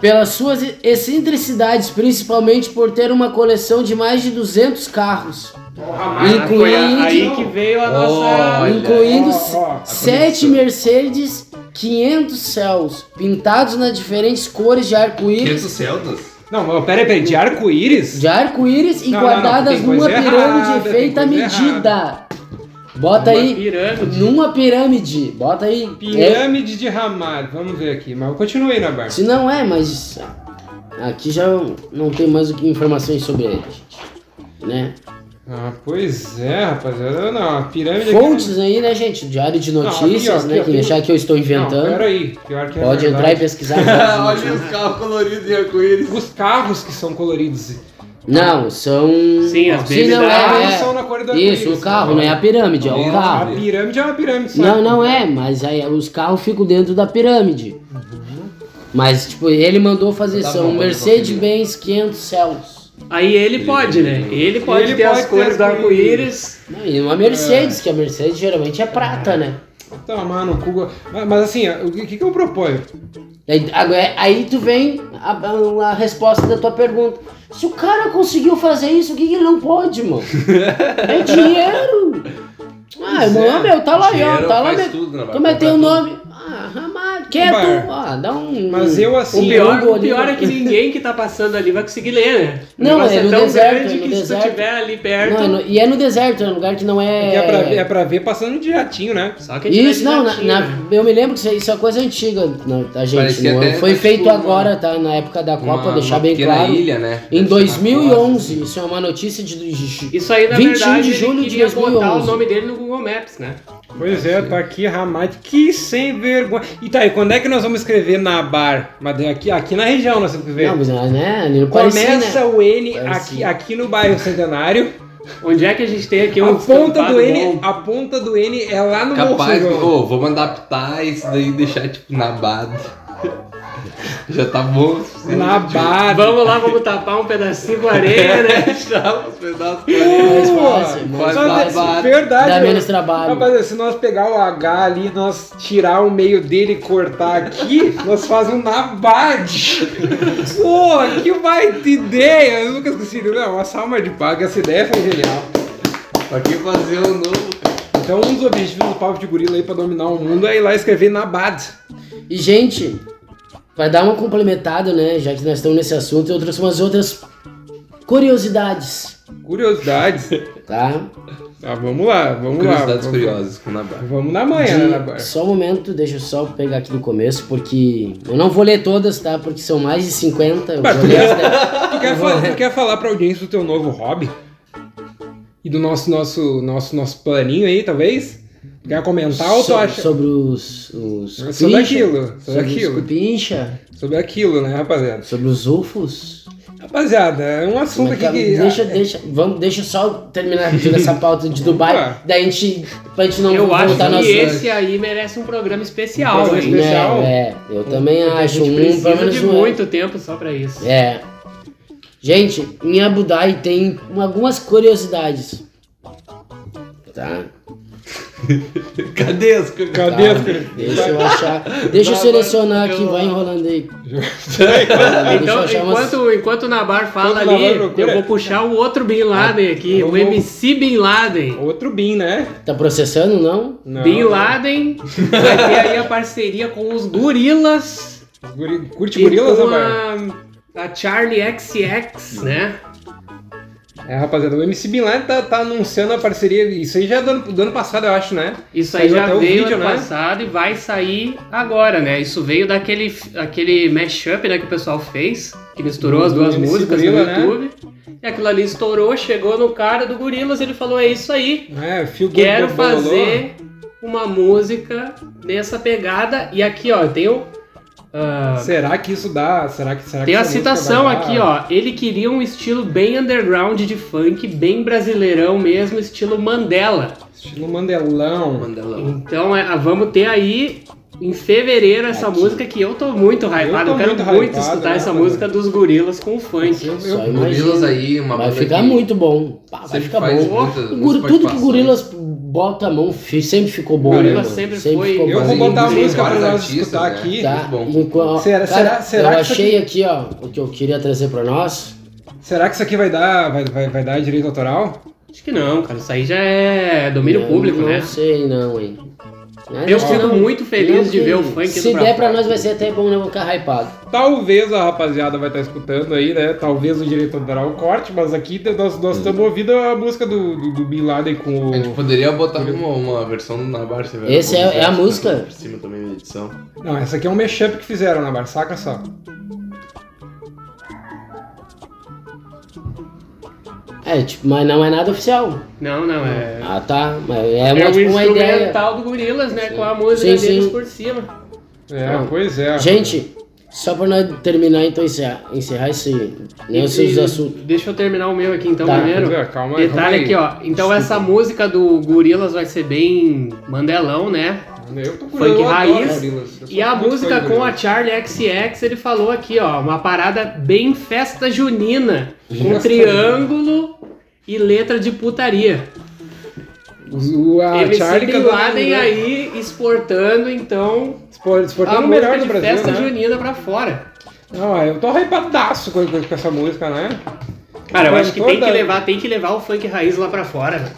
Speaker 5: pelas suas excentricidades, principalmente por ter uma coleção de mais de 200 carros,
Speaker 6: Ah, foi a- aí que veio a nossa...
Speaker 7: Olha.
Speaker 5: incluindo
Speaker 4: Ó, ó,
Speaker 5: 7
Speaker 7: começou.
Speaker 5: Mercedes, 500 céus, pintados nas diferentes cores de arco-íris,
Speaker 7: Celtas?
Speaker 4: Não, mas peraí, peraí. De arco-íris?
Speaker 5: de arco-íris e
Speaker 4: Não, não, não,
Speaker 5: guardadas
Speaker 4: tem coisa
Speaker 5: numa pirâmide
Speaker 4: errada, tem
Speaker 5: feita à
Speaker 4: coisa
Speaker 5: medida. Bota
Speaker 6: uma
Speaker 5: tá aí,
Speaker 6: pirâmide.
Speaker 5: numa pirâmide, bota aí. É-
Speaker 4: Pirâmide de Hamad. Vamos ver aqui. Mas continue aí na barra.
Speaker 5: Se não é, mas aqui já não tem mais o que- informações sobre ele, gente. Né?
Speaker 4: Ah, pois é, rapaziada. Não, a pirâmide aqui.
Speaker 5: Fontes aí, né, gente? Diário de notícias,
Speaker 4: aqui, ó, aqui,
Speaker 5: né?
Speaker 4: ó,
Speaker 5: que
Speaker 4: tem- um-
Speaker 5: achar que eu estou
Speaker 4: Não,
Speaker 5: inventando.
Speaker 4: peraí. Pior que é
Speaker 5: Pode entrar e
Speaker 4: verdade.
Speaker 5: pesquisar.
Speaker 7: Olha os carros coloridos e arco-íris.
Speaker 4: Os carros que são coloridos.
Speaker 5: não, são.
Speaker 6: Sim, as
Speaker 5: Sim, não
Speaker 6: bebida-
Speaker 5: é,
Speaker 4: Ah,
Speaker 5: é.
Speaker 4: são na cor do
Speaker 5: Isso,
Speaker 4: arco-íris,
Speaker 5: o carro,
Speaker 4: né?
Speaker 5: não é a pirâmide, é o
Speaker 7: Isso.
Speaker 4: A
Speaker 5: carro.
Speaker 4: pirâmide é uma pirâmide, sabe?
Speaker 5: Não, não é, mas aí os carros ficam dentro da pirâmide. Mas, tipo, ele mandou fazer,
Speaker 7: Tá
Speaker 5: são
Speaker 7: bom,
Speaker 5: Mercedes-Benz 500 Celsius.
Speaker 6: Aí ele pode, né? Ele pode
Speaker 4: Ele
Speaker 6: ter
Speaker 4: pode
Speaker 6: as
Speaker 4: ter
Speaker 6: cores do
Speaker 4: arco-íris.
Speaker 6: arco-íris.
Speaker 5: Não, E
Speaker 4: É.
Speaker 5: uma Mercedes, que a Mercedes geralmente é prata, né?
Speaker 4: Tomar no cu. Mas, mas assim, o que, que eu proponho?
Speaker 5: Aí, agora- aí tu vem a, a- a resposta da tua pergunta. Se o cara conseguiu fazer isso, o que, que ele não pode, mano? É dinheiro! Ah, irmão, meu, tá lá, aí, ó,
Speaker 7: é, Dinheiro
Speaker 5: tá lá
Speaker 7: faz
Speaker 5: mesmo.
Speaker 7: tudo, né, vai
Speaker 5: Como é
Speaker 7: comprar
Speaker 5: teu
Speaker 7: tudo.
Speaker 5: nome? Ah, Ramad. quieto.
Speaker 4: Bar.
Speaker 5: Ah, dá um.
Speaker 4: Mas eu, assim,
Speaker 6: O
Speaker 5: um
Speaker 6: pior,
Speaker 5: jogo
Speaker 6: o
Speaker 5: ali,
Speaker 6: pior é que
Speaker 5: né?
Speaker 6: ninguém que tá passando ali vai conseguir ler, né? O
Speaker 5: Não,
Speaker 6: negócio
Speaker 5: é no
Speaker 6: tão
Speaker 5: deserto, é
Speaker 6: grande
Speaker 5: no
Speaker 6: que se tu
Speaker 5: deserto.
Speaker 6: tiver ali perto.
Speaker 5: Não, é no- e é no deserto, é um lugar que não é.
Speaker 4: Porque é pra, é pra ver passando de jatinho, né?
Speaker 6: Só que a gente
Speaker 5: Isso,
Speaker 6: tá
Speaker 5: não, na-
Speaker 6: direitinho,
Speaker 5: na-
Speaker 6: né?
Speaker 5: eu me lembro que isso, isso é coisa antiga na- da gente.
Speaker 7: Parecia
Speaker 5: não é,
Speaker 7: até-
Speaker 5: foi
Speaker 7: tipo,
Speaker 5: feito
Speaker 7: uma-
Speaker 5: agora, tá? Na época da Copa,
Speaker 7: Uma-
Speaker 5: deixar
Speaker 7: uma
Speaker 5: bem
Speaker 7: pequena
Speaker 5: claro.
Speaker 7: Ilha, né?
Speaker 5: Em
Speaker 7: Deve ser uma
Speaker 5: 2011,
Speaker 7: costa,
Speaker 5: isso é uma notícia de, de-
Speaker 6: Isso aí, na
Speaker 5: 21 de
Speaker 6: verdade,
Speaker 5: julho
Speaker 6: ele
Speaker 5: de
Speaker 6: queria botar o
Speaker 5: 2011.
Speaker 6: nome dele no Google Maps, né?
Speaker 4: Pois é, tá aqui Ramate, que sem vergonha. E tá, e quando é que nós vamos escrever na bar? Mas é aqui, aqui na região nós temos que ver.
Speaker 5: Não, mas né? Não parecia,
Speaker 4: Começa
Speaker 5: né?
Speaker 4: o N aqui,
Speaker 5: Parecia.
Speaker 4: aqui no bairro Centenário.
Speaker 6: Onde é que a gente tem aqui um
Speaker 4: a ponta
Speaker 6: descampado
Speaker 4: do N,
Speaker 6: bom?
Speaker 4: a ponta do N é lá no
Speaker 7: Capaz,
Speaker 4: Bolsonaro.
Speaker 7: ô, vamos adaptar isso daí e deixar tipo nabado. Já tá bom.
Speaker 4: Na bar.
Speaker 6: Vamos lá, vamos tapar um pedacinho com areia, né?
Speaker 7: Deixar os pedaços
Speaker 5: Mais
Speaker 7: ali.
Speaker 5: fácil, mais
Speaker 7: Faz
Speaker 5: fácil.
Speaker 7: babado.
Speaker 4: Verdade.
Speaker 5: Dá
Speaker 4: meu.
Speaker 5: menos trabalho.
Speaker 4: Rapaz, se nós pegar o H ali, nós tirar o meio dele e cortar aqui, nós fazemos um nabade. Porra, que baita ideia. Eu nunca esqueci. Não, uma salma de paga. Essa ideia foi genial.
Speaker 7: Pra que fazer o novo?
Speaker 4: Então, um dos objetivos do Papo de Gorila aí pra dominar o mundo é ir lá escrever nabade.
Speaker 5: E, gente, pra dar uma complementada, né? Já que nós estamos nesse assunto, eu trouxe umas outras curiosidades,
Speaker 4: Curiosidades.
Speaker 5: tá?
Speaker 4: Tá, vamos lá, vamos lá.
Speaker 7: Curiosidades
Speaker 4: vamos-
Speaker 7: curiosas com nabado.
Speaker 4: Vamos na manhã, né, Nabar?
Speaker 5: Só um momento, deixa eu só pegar aqui do começo, porque eu não vou ler todas, tá? Porque são mais de 50. Eu vou ler as dez.
Speaker 4: Tu quer, fa- tu quer falar pra audiência do teu novo hobby? E do nosso, nosso, nosso, nosso planinho aí, talvez? Tu quer comentar ou tu
Speaker 5: So-
Speaker 4: tá acha?
Speaker 5: Sobre os. os
Speaker 4: Sobre
Speaker 5: cupincha,
Speaker 4: aquilo, sobre aquilo.
Speaker 5: os cupincha,
Speaker 4: Sobre aquilo, né, rapaziada?
Speaker 5: sobre os ufos.
Speaker 4: Rapaziada, é um assunto aqui
Speaker 5: Mas,
Speaker 4: que.
Speaker 6: ah,
Speaker 5: Deixa,
Speaker 6: é.
Speaker 5: deixa, vamos, deixa eu só terminar de essa pauta de Dubai,
Speaker 4: Opa.
Speaker 5: daí a gente, pra gente não
Speaker 6: Eu acho
Speaker 5: voltar
Speaker 6: que
Speaker 5: nas-
Speaker 6: esse aí merece um programa
Speaker 4: Um
Speaker 6: especial,
Speaker 4: programa
Speaker 6: hein?
Speaker 4: especial. especial.
Speaker 5: É, é, eu também
Speaker 6: A
Speaker 5: acho.
Speaker 6: gente
Speaker 5: Um, pelo
Speaker 6: precisa
Speaker 5: menos
Speaker 6: de
Speaker 5: um.
Speaker 6: muito tempo só pra isso.
Speaker 5: É. Gente, em Abu Dhabi tem um, algumas curiosidades. Tá?
Speaker 7: Cadê as cu-
Speaker 4: Cadê
Speaker 5: Tá,
Speaker 4: as crianças?
Speaker 5: Deixa eu achar. Deixa eu
Speaker 7: Não,
Speaker 5: selecionar
Speaker 7: eu-
Speaker 5: aqui, vai enrolando aí. É, Deixa eu
Speaker 6: Então,
Speaker 5: achar umas-
Speaker 6: enquanto, enquanto o Nabar fala
Speaker 4: Enquanto o Nabar
Speaker 6: ali,
Speaker 4: procura- Ah,
Speaker 6: eu vou puxar o outro Bin Laden aqui,
Speaker 4: vamos-
Speaker 6: o MC Bin Laden.
Speaker 4: Outro BIM, né?
Speaker 5: Tá processando, não?
Speaker 4: Não.
Speaker 6: Bin Laden vai ter aí a parceria com os gorilas.
Speaker 4: Guri- Curte
Speaker 6: e
Speaker 4: gorilas,
Speaker 6: com
Speaker 4: Nabar?
Speaker 6: Então, a, a Charlie XX, né?
Speaker 4: É, rapaziada, o MC Bin Laden tá, tá anunciando a parceria. Isso aí já é do ano, do ano passado, eu acho, né?
Speaker 6: Isso aí
Speaker 4: Saiu
Speaker 6: já
Speaker 4: até o
Speaker 6: veio
Speaker 4: vídeo,
Speaker 6: ano
Speaker 4: né?
Speaker 6: passado e vai sair agora, né? Isso veio daquele aquele mashup né, que o pessoal fez, que misturou
Speaker 4: Do-
Speaker 6: as
Speaker 4: do
Speaker 6: duas
Speaker 4: MC
Speaker 6: músicas
Speaker 4: Gorila,
Speaker 6: no
Speaker 4: né?
Speaker 6: YouTube. E aquilo ali estourou, chegou no cara do Gorilas, ele falou, é isso aí.
Speaker 4: É, Feel Good
Speaker 6: Quero
Speaker 4: Bololô.
Speaker 6: fazer uma música nessa pegada. E aqui, ó, tem, o, ah,
Speaker 4: Será que isso dá? Será que será
Speaker 6: tem
Speaker 4: que
Speaker 6: a
Speaker 4: essa música
Speaker 6: citação
Speaker 4: vai dar?
Speaker 6: aqui, ó. Ele queria um estilo bem underground de funk, bem brasileirão mesmo, estilo Mandela.
Speaker 4: Estilo Mandelão.
Speaker 7: Mandelão.
Speaker 6: Então, é, ah, vamos ter aí em fevereiro essa
Speaker 5: Aqui.
Speaker 6: música que eu tô muito hypado. Eu, quero
Speaker 4: muito
Speaker 6: muito,
Speaker 4: hypado,
Speaker 6: escutar
Speaker 4: né,
Speaker 6: essa
Speaker 4: mano?
Speaker 6: música dos gorilas com funk.
Speaker 4: Eu-
Speaker 5: Só
Speaker 7: Gorilas
Speaker 5: imagina.
Speaker 7: aí, uma
Speaker 5: Vai
Speaker 7: banda
Speaker 5: ficar
Speaker 7: que
Speaker 5: muito bom. Pá, vai
Speaker 7: sempre
Speaker 5: ficar
Speaker 7: faz
Speaker 6: um
Speaker 5: bom.
Speaker 7: muitas-
Speaker 5: O guri- tudo
Speaker 7: muitas
Speaker 5: que o
Speaker 7: participações.
Speaker 5: Gorilas bota a mão fi- sempre ficou bom.
Speaker 6: Gorilas
Speaker 5: né, mano?
Speaker 6: né? sempre foi-
Speaker 5: ficou
Speaker 4: Eu
Speaker 5: bom.
Speaker 4: vou botar a
Speaker 7: Tem
Speaker 4: música pra
Speaker 7: vários
Speaker 4: nós
Speaker 7: artistas,
Speaker 4: escutar
Speaker 7: né?
Speaker 4: aqui.
Speaker 5: Tá,
Speaker 7: Bom.
Speaker 5: enquanto-
Speaker 4: Será- será-
Speaker 5: cara,
Speaker 4: será
Speaker 5: eu
Speaker 4: que isso
Speaker 5: achei aqui, ó, o que eu queria trazer pra nós.
Speaker 4: Será que isso aqui vai dar, vai, vai, vai dar direito autoral?
Speaker 6: Acho que não, cara. Isso aí já é domínio
Speaker 5: Eu
Speaker 6: público,
Speaker 5: não
Speaker 6: né?
Speaker 5: sei não, hein. Mas
Speaker 6: Eu
Speaker 5: acho
Speaker 6: fico
Speaker 5: que não-
Speaker 6: muito feliz
Speaker 5: não
Speaker 6: de ver
Speaker 5: tem-
Speaker 6: o funk
Speaker 5: Se
Speaker 6: do
Speaker 5: der
Speaker 6: Brasil.
Speaker 5: pra nós vai ser até bom, né? Vou ficar hypado.
Speaker 4: Talvez a rapaziada vai estar escutando aí, né? Talvez o direito autoral corte, mas aqui nós
Speaker 6: Hum.
Speaker 4: nós estamos ouvindo a música do, do, do Bin Laden com o.
Speaker 7: A gente poderia botar uma, uma versão na bar, você vai
Speaker 5: Esse é-
Speaker 7: colocar
Speaker 5: é a
Speaker 7: isso
Speaker 5: música?
Speaker 7: Por cima também na edição.
Speaker 4: Não, essa aqui é um mashup que fizeram na bar, saca só.
Speaker 5: É, tipo, mas não é nada oficial.
Speaker 6: Não, não, é.
Speaker 5: Ah, tá. Mas é uma,
Speaker 6: É, o
Speaker 5: tipo, uma ideia.
Speaker 6: instrumental do Gorilas, né? Com a música
Speaker 5: Sim,
Speaker 6: deles
Speaker 5: sim.
Speaker 6: por cima.
Speaker 4: É,
Speaker 5: Ah.
Speaker 4: pois é.
Speaker 5: Gente, só pra nós terminar, então, encerrar, encerrar esse, né, esses
Speaker 6: E-
Speaker 5: assuntos.
Speaker 6: Deixa eu terminar o meu aqui então
Speaker 5: Tá.
Speaker 6: primeiro.
Speaker 4: Pois é, calma aí, calma
Speaker 6: Detalhe
Speaker 4: aí.
Speaker 6: aqui, ó. Então essa música do Gorilas vai ser bem mandelão, né?
Speaker 4: Eu tô
Speaker 6: Funk
Speaker 4: curioso, eu adoro
Speaker 6: raiz.
Speaker 4: gorilas. Eu sou
Speaker 6: E a
Speaker 4: muito
Speaker 6: música
Speaker 4: fã de
Speaker 6: com a
Speaker 4: gorilas.
Speaker 6: Charlie XX, ele falou aqui, ó, uma parada bem festa junina, com
Speaker 4: Festa
Speaker 6: triângulo e letra de putaria.
Speaker 4: O, o- a
Speaker 6: MC
Speaker 4: Ah, Charlie
Speaker 6: Bin
Speaker 4: cantando-
Speaker 6: Laden aí exportando, então,
Speaker 4: Expor-
Speaker 6: a
Speaker 4: Exportando o
Speaker 6: música
Speaker 4: melhor do
Speaker 6: de
Speaker 4: Brasil.
Speaker 6: festa
Speaker 4: né?
Speaker 6: junina pra fora.
Speaker 4: Não, eu tô hypadaço com, com, com essa música, né?
Speaker 6: Cara, eu acho que tem que
Speaker 4: Toda-
Speaker 6: levar, tem que levar o funk raiz lá pra
Speaker 4: né?
Speaker 6: fora.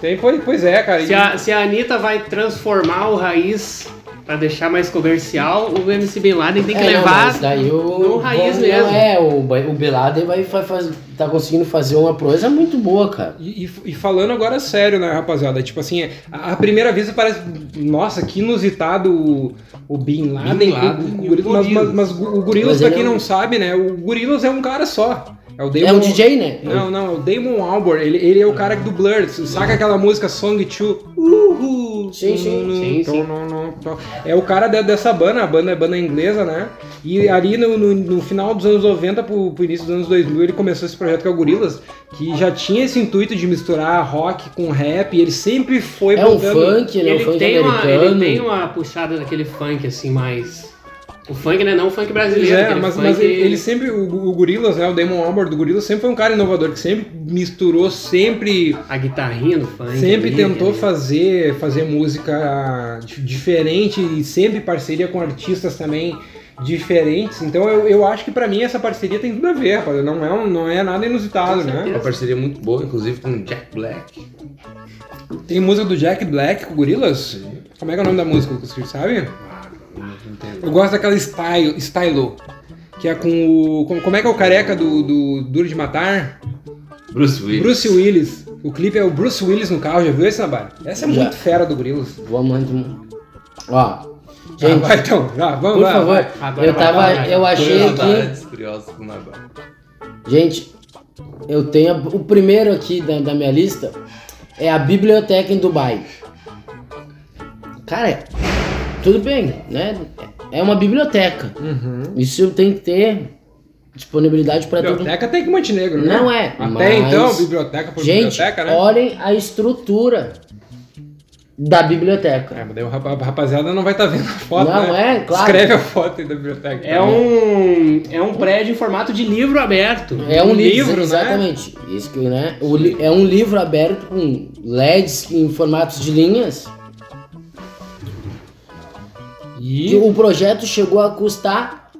Speaker 4: Tem, pois, pois é, cara.
Speaker 6: Se
Speaker 4: e-
Speaker 6: a, se a Anitta vai transformar o raiz pra deixar mais comercial, o MC Bin Laden tem que
Speaker 5: É, não,
Speaker 6: levar.
Speaker 5: mas daí o,
Speaker 6: no raiz
Speaker 5: não,
Speaker 6: mesmo.
Speaker 5: É, o, Ba- o Bin Laden vai, vai faz- tá conseguindo fazer uma proeza muito boa, cara.
Speaker 4: E, e- e falando agora sério, né, rapaziada? Tipo assim, a, a primeira vez parece. Nossa, que inusitado o, o Bin Laden.
Speaker 7: Bin Laden
Speaker 4: o- o
Speaker 7: e o
Speaker 4: Gorillaz, mas, mas-
Speaker 7: Gorillaz.
Speaker 4: mas o Gorillaz,
Speaker 5: Mas
Speaker 4: pra
Speaker 5: ele
Speaker 4: quem
Speaker 5: é um-
Speaker 4: não sabe, né? O Gorillaz é um cara só. É o Damon.
Speaker 5: é um DJ, né?
Speaker 4: Não, não, é o Damon Albarn. Ele, ele é o cara do Blur. Saca aquela música Song 2? Uhul!
Speaker 5: Sim, sim.
Speaker 4: Não,
Speaker 6: Sim, sim.
Speaker 4: não, não, não. É o cara de- dessa banda, a banda é banda inglesa, né? E ali no, no- no final dos anos 90 pro, pro início dos anos 2000, ele começou esse projeto que é o Gorillaz, que já tinha esse intuito de misturar rock com rap, e ele sempre foi
Speaker 5: É um
Speaker 4: botando-
Speaker 5: funk, ele é um
Speaker 6: ele,
Speaker 5: funk
Speaker 6: tem uma,
Speaker 5: americano.
Speaker 6: ele tem uma puxada daquele funk assim, mais. O funk não é não o funk
Speaker 4: Pois
Speaker 6: brasileiro.
Speaker 4: É,
Speaker 6: aquele
Speaker 4: mas,
Speaker 6: funk...
Speaker 4: mas ele, ele sempre, o, o Gorillaz, né, o Damon Albarn do Gorillaz, sempre foi um cara inovador, que sempre misturou, sempre
Speaker 6: A guitarrinha do funk.
Speaker 4: Sempre
Speaker 6: ali,
Speaker 4: tentou
Speaker 6: ali.
Speaker 4: fazer, fazer música di- diferente e sempre parceria com artistas também diferentes. Então eu, eu acho que pra mim essa parceria tem tudo a ver, rapaz. Não é, um- não é nada inusitado,
Speaker 6: Com
Speaker 4: né?
Speaker 6: certeza.
Speaker 7: Uma parceria muito boa, inclusive com o Jack Black.
Speaker 4: Tem música do Jack Black com Gorillaz. Como é que é o nome da música, Lucas? Você sabe? Eu gosto daquela style, Stylo, que é com o... com- Como é que é o careca do, do Duro de Matar?
Speaker 7: Bruce Willis.
Speaker 4: Bruce Willis. O clipe é o Bruce Willis no carro, já viu esse trabalho? Essa é
Speaker 5: Já.
Speaker 4: muito fera do Gorillaz.
Speaker 5: Vamos entrar. Ó.
Speaker 4: Ah,
Speaker 5: Gente,
Speaker 4: vai então, já, vamos
Speaker 5: por
Speaker 4: lá.
Speaker 5: favor,
Speaker 6: Agora
Speaker 5: eu
Speaker 6: vai,
Speaker 5: tava.
Speaker 6: vai, vai.
Speaker 5: eu achei aqui.
Speaker 7: Curiosidades, curiosos com nós.
Speaker 5: Gente, eu tenho. a- o primeiro aqui da, da minha lista é a biblioteca em Dubai. Cara, tudo bem, né? É uma biblioteca.
Speaker 4: Uhum.
Speaker 5: Isso tem que ter disponibilidade para todo mundo.
Speaker 4: Biblioteca tem que Montenegro, né?
Speaker 5: Não é,
Speaker 4: Até
Speaker 5: mas-
Speaker 4: então, biblioteca por
Speaker 5: Gente,
Speaker 4: biblioteca, né?
Speaker 5: olhem a estrutura da biblioteca.
Speaker 4: É, mas daí o rapa- a rapaziada não vai estar vendo a foto,
Speaker 5: Não
Speaker 4: né?
Speaker 5: é, claro.
Speaker 4: Escreve a foto aí da biblioteca.
Speaker 6: É um, é um prédio em formato de livro aberto.
Speaker 5: É um,
Speaker 4: Um
Speaker 5: livro,
Speaker 4: livro, né?
Speaker 5: exatamente. Isso que, né? O li- é um livro aberto com LEDs em formatos de linhas. E
Speaker 4: E...
Speaker 5: o projeto chegou a custar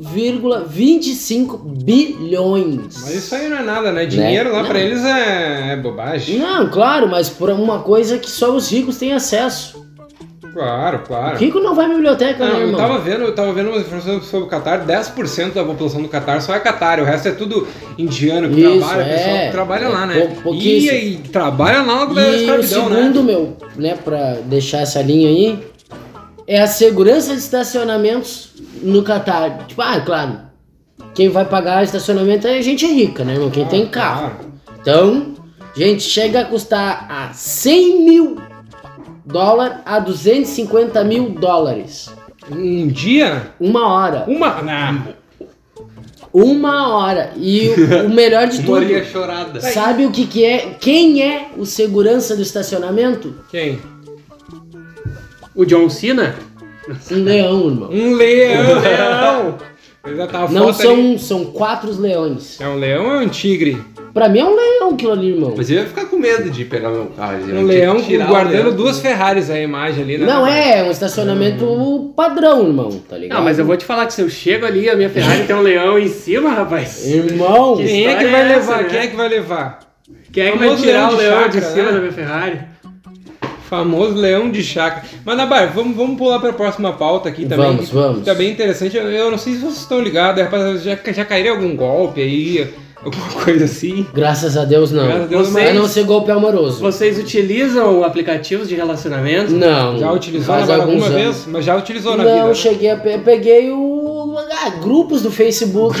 Speaker 5: 1,25 bilhões.
Speaker 4: Mas isso aí não é nada, né? Dinheiro lá
Speaker 5: Não.
Speaker 4: pra eles é, é bobagem.
Speaker 5: Não, claro, mas por uma coisa que só os ricos têm acesso.
Speaker 4: Claro, claro.
Speaker 5: Rico não vai à biblioteca,
Speaker 4: Não,
Speaker 5: né,
Speaker 4: Ah, eu
Speaker 5: irmão?
Speaker 4: tava vendo, eu tava vendo umas informações sobre o Catar, 10% da população do Catar só é Catar, o resto é tudo indiano que
Speaker 5: Isso,
Speaker 4: trabalha,
Speaker 5: é.
Speaker 4: o pessoal que trabalha
Speaker 5: É
Speaker 4: lá, né?
Speaker 5: pou- pouquíssimo.
Speaker 4: e aí, trabalha lá na
Speaker 5: E o
Speaker 4: escravidão, né?
Speaker 5: segundo, meu, né, pra deixar essa linha aí, é a segurança de estacionamentos no Catar. Tipo, ah, claro, quem vai pagar estacionamento é gente rica, né, irmão? Quem
Speaker 4: Ah,
Speaker 5: tem carro.
Speaker 4: claro.
Speaker 5: Então, gente, chega a custar a 100 mil dólares a 250 mil dólares.
Speaker 4: Um dia,
Speaker 5: Uma hora.
Speaker 4: Uma. Não.
Speaker 5: Uma hora. E o, o melhor de tudo.
Speaker 7: é chorada.
Speaker 5: Sabe o que, que é? Quem é o segurança do estacionamento?
Speaker 4: Quem?
Speaker 6: O John Cena?
Speaker 5: Um leão, irmão.
Speaker 4: Um leão! leão. Mas já tá a
Speaker 5: Não
Speaker 4: foto ali.
Speaker 5: são, são quatro leões.
Speaker 4: É um leão ou é um tigre?
Speaker 5: Pra mim é um leão aquilo ali, irmão.
Speaker 7: Mas eu ia ficar com medo de pegar meu carro. gente. Eu
Speaker 4: Um
Speaker 7: tinha que
Speaker 4: leão
Speaker 7: tirar o
Speaker 4: guardando
Speaker 7: leão.
Speaker 4: duas Ferraris a imagem ali, né?
Speaker 5: Não é, é um estacionamento padrão, irmão, tá ligado?
Speaker 6: Não, mas eu vou te falar que se eu chego ali, a minha Ferrari tem um leão em cima, rapaz.
Speaker 5: Irmão,
Speaker 6: Que
Speaker 4: Quem é que
Speaker 6: história
Speaker 4: vai
Speaker 6: é essa,
Speaker 4: levar?
Speaker 6: né?
Speaker 4: Quem é que vai levar?
Speaker 6: Quem é que vai
Speaker 4: Famoso
Speaker 6: tirar
Speaker 4: leão
Speaker 6: o
Speaker 4: de
Speaker 6: leão de
Speaker 4: chácara,
Speaker 6: cima
Speaker 4: né?
Speaker 6: da minha Ferrari?
Speaker 4: Famoso leão de chácara. Mas na vamos, vamos pular pra próxima pauta aqui também.
Speaker 5: Vamos, vamos.
Speaker 4: Tá bem interessante. Eu, eu não sei se vocês estão ligados, é, rapaz, já, já caíram algum golpe aí, alguma coisa assim.
Speaker 5: graças a Deus não.
Speaker 4: Graças a Deus,
Speaker 5: A
Speaker 4: mas-
Speaker 5: não ser golpe amoroso.
Speaker 6: Vocês utilizam aplicativos de relacionamento?
Speaker 5: Não.
Speaker 4: Já utilizou
Speaker 5: faz
Speaker 4: na-
Speaker 5: alguns
Speaker 4: alguma
Speaker 5: anos.
Speaker 4: vez? Mas já utilizou na vida.
Speaker 5: Não,
Speaker 4: né?
Speaker 5: cheguei a pe- peguei o ah, grupos do Facebook,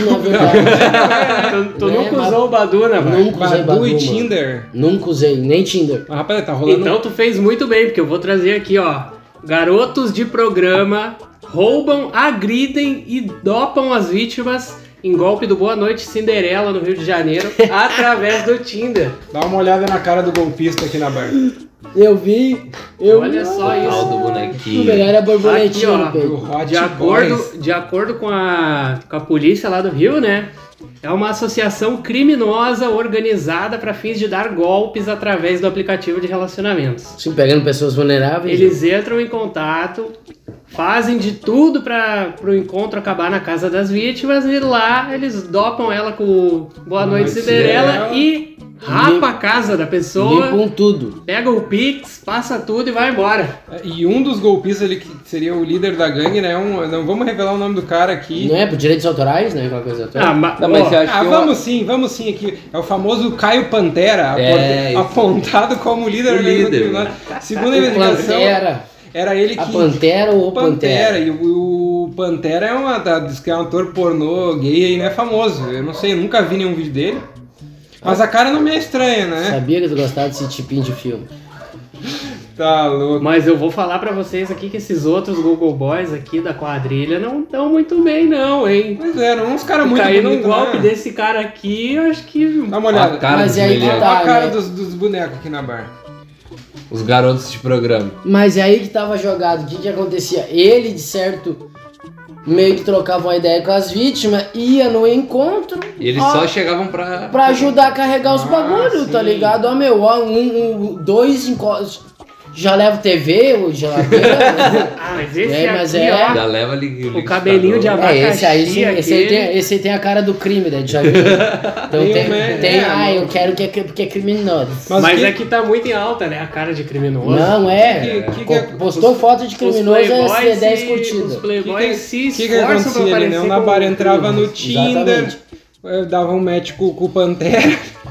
Speaker 5: na verdade.
Speaker 6: tu tu
Speaker 5: Né,
Speaker 6: nunca
Speaker 5: mas-
Speaker 6: usou o Badu, né, vai?
Speaker 5: nunca usei Badu,
Speaker 4: Badu e
Speaker 5: mano.
Speaker 4: Tinder.
Speaker 5: Nunca usei, nem Tinder.
Speaker 4: Ah, rapaz, tá rolando
Speaker 6: Então tu fez muito bem, porque eu vou trazer aqui, ó. Garotos de programa roubam, agridem e dopam as vítimas em golpe do Boa Noite Cinderela no Rio de Janeiro através do Tinder.
Speaker 4: Dá uma olhada na cara do golpista aqui na barra.
Speaker 5: Eu vi, eu
Speaker 6: Olha
Speaker 5: vi.
Speaker 6: só
Speaker 7: Pau
Speaker 6: isso.
Speaker 7: do
Speaker 5: O
Speaker 7: bonequinho.
Speaker 5: melhor é
Speaker 6: Aqui,
Speaker 5: borboletinha
Speaker 6: ó.
Speaker 5: no peito.
Speaker 4: Hot
Speaker 6: De acordo, de acordo com, a, com a polícia lá do Rio, né? É uma associação criminosa organizada para fins de dar golpes através do aplicativo de relacionamentos.
Speaker 5: Sim, pegando pessoas vulneráveis.
Speaker 6: Eles entram em contato, fazem de tudo para o encontro acabar na casa das vítimas e lá eles dopam ela com o Boa Noite
Speaker 4: Noite,
Speaker 6: Cinderela
Speaker 4: Cinderela.
Speaker 6: e rapa a casa da pessoa,
Speaker 5: Limpam tudo.
Speaker 6: pega o Pix, passa tudo e vai embora.
Speaker 4: E um dos golpistas, ele que seria o líder da gangue, né? Um, não vamos revelar o nome do cara aqui.
Speaker 5: Não é por direitos autorais, né? Qualquer coisa autoral.
Speaker 6: ma-
Speaker 7: Não, mas
Speaker 6: ó,
Speaker 7: eu Né? acho
Speaker 4: Ah,
Speaker 7: que é eu-
Speaker 4: vamos sim, vamos sim aqui. É o famoso Caio Pantera,
Speaker 7: É,
Speaker 4: apo- apontado como líder
Speaker 7: O
Speaker 4: organizado do
Speaker 7: líder.
Speaker 4: criminoso. Segundo a
Speaker 5: O
Speaker 4: investigação,
Speaker 5: Pantera.
Speaker 4: era ele que.
Speaker 5: A Pantera ou
Speaker 4: o Pantera. E o, o Pantera é uma. da- Diz que é um ator pornô gay aí, né? Famoso. Eu não sei, eu nunca vi nenhum vídeo dele. Mas a cara não me é estranha, né?
Speaker 5: Sabia que tu gostava desse tipinho de filme.
Speaker 4: Tá louco.
Speaker 6: Mas eu vou falar pra vocês aqui que esses outros Google Boys aqui da quadrilha não estão muito bem, não, hein?
Speaker 4: Pois é, eram uns caras muito
Speaker 6: Cair num
Speaker 4: bonitos,
Speaker 6: Tá um golpe
Speaker 4: né?
Speaker 6: desse cara aqui, eu acho que.
Speaker 4: Dá uma olhada.
Speaker 7: A cara
Speaker 5: Mas
Speaker 7: dos
Speaker 5: é aí que
Speaker 7: meliantes.
Speaker 5: tá.
Speaker 4: Olha a cara
Speaker 5: né?
Speaker 4: dos, dos bonecos aqui na bar.
Speaker 7: Os garotos de programa.
Speaker 5: Mas é aí que tava jogado. O que que acontecia? Ele, de certo, meio que trocava uma ideia com as vítimas, ia no encontro.
Speaker 7: E eles
Speaker 5: ó,
Speaker 7: só chegavam pra.
Speaker 5: Pra ajudar a carregar os
Speaker 4: Ah,
Speaker 5: bagulhos, tá
Speaker 4: sim.
Speaker 5: ligado? Ó, meu, ó, um, um, dois encostos. Já levo TV, o geladeira. né?
Speaker 6: Ah, mas esse
Speaker 5: É, mas
Speaker 6: aqui,
Speaker 5: é-
Speaker 6: ó.
Speaker 7: Já leva ali. tá
Speaker 6: O cabelinho de
Speaker 5: é, esse aí, sim,
Speaker 6: Abacaxi
Speaker 5: esse, aí
Speaker 6: aquele.
Speaker 5: tem, esse aí tem a cara do crime, né? Já viu? Então
Speaker 4: Tem,
Speaker 5: tem,
Speaker 4: né?
Speaker 5: tem
Speaker 4: É,
Speaker 5: ah, eu quero que é, cri- porque é criminoso.
Speaker 6: Mas,
Speaker 4: Mas que-
Speaker 6: é que tá muito em alta, né? A cara de criminoso.
Speaker 5: Não é.
Speaker 4: Que, que, que é-
Speaker 5: Postou foto de
Speaker 6: Os
Speaker 5: criminoso é
Speaker 6: playboys
Speaker 5: 10
Speaker 6: se- Os
Speaker 5: curtidas.
Speaker 6: playboys se
Speaker 4: que que
Speaker 6: esforçam pra
Speaker 4: acontecia ali,
Speaker 6: aparecer
Speaker 4: né? O
Speaker 6: como
Speaker 4: Nabar entrava no
Speaker 6: criminoso.
Speaker 4: Tinder,
Speaker 5: Exatamente.
Speaker 4: eh, dava um match com, com o Pantera.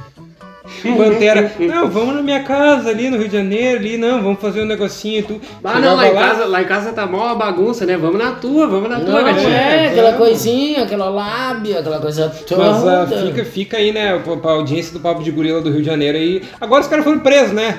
Speaker 4: O Pantera, não, vamos na minha casa ali no Rio de Janeiro, ali, não, vamos fazer um negocinho e tu.
Speaker 6: Ah, não, lá
Speaker 4: Chegava
Speaker 6: em, casa, lá em casa tá mó bagunça, né? Vamos na tua, vamos na
Speaker 5: Não,
Speaker 6: tua, gatinha.
Speaker 5: é,
Speaker 4: é,
Speaker 5: aquela
Speaker 4: não.
Speaker 5: coisinha, aquela lábia, aquela coisa toda.
Speaker 4: Mas ah, fica, fica aí, né, pra, pra audiência do Papo de Gorila do Rio de Janeiro aí. Agora os caras foram presos, né?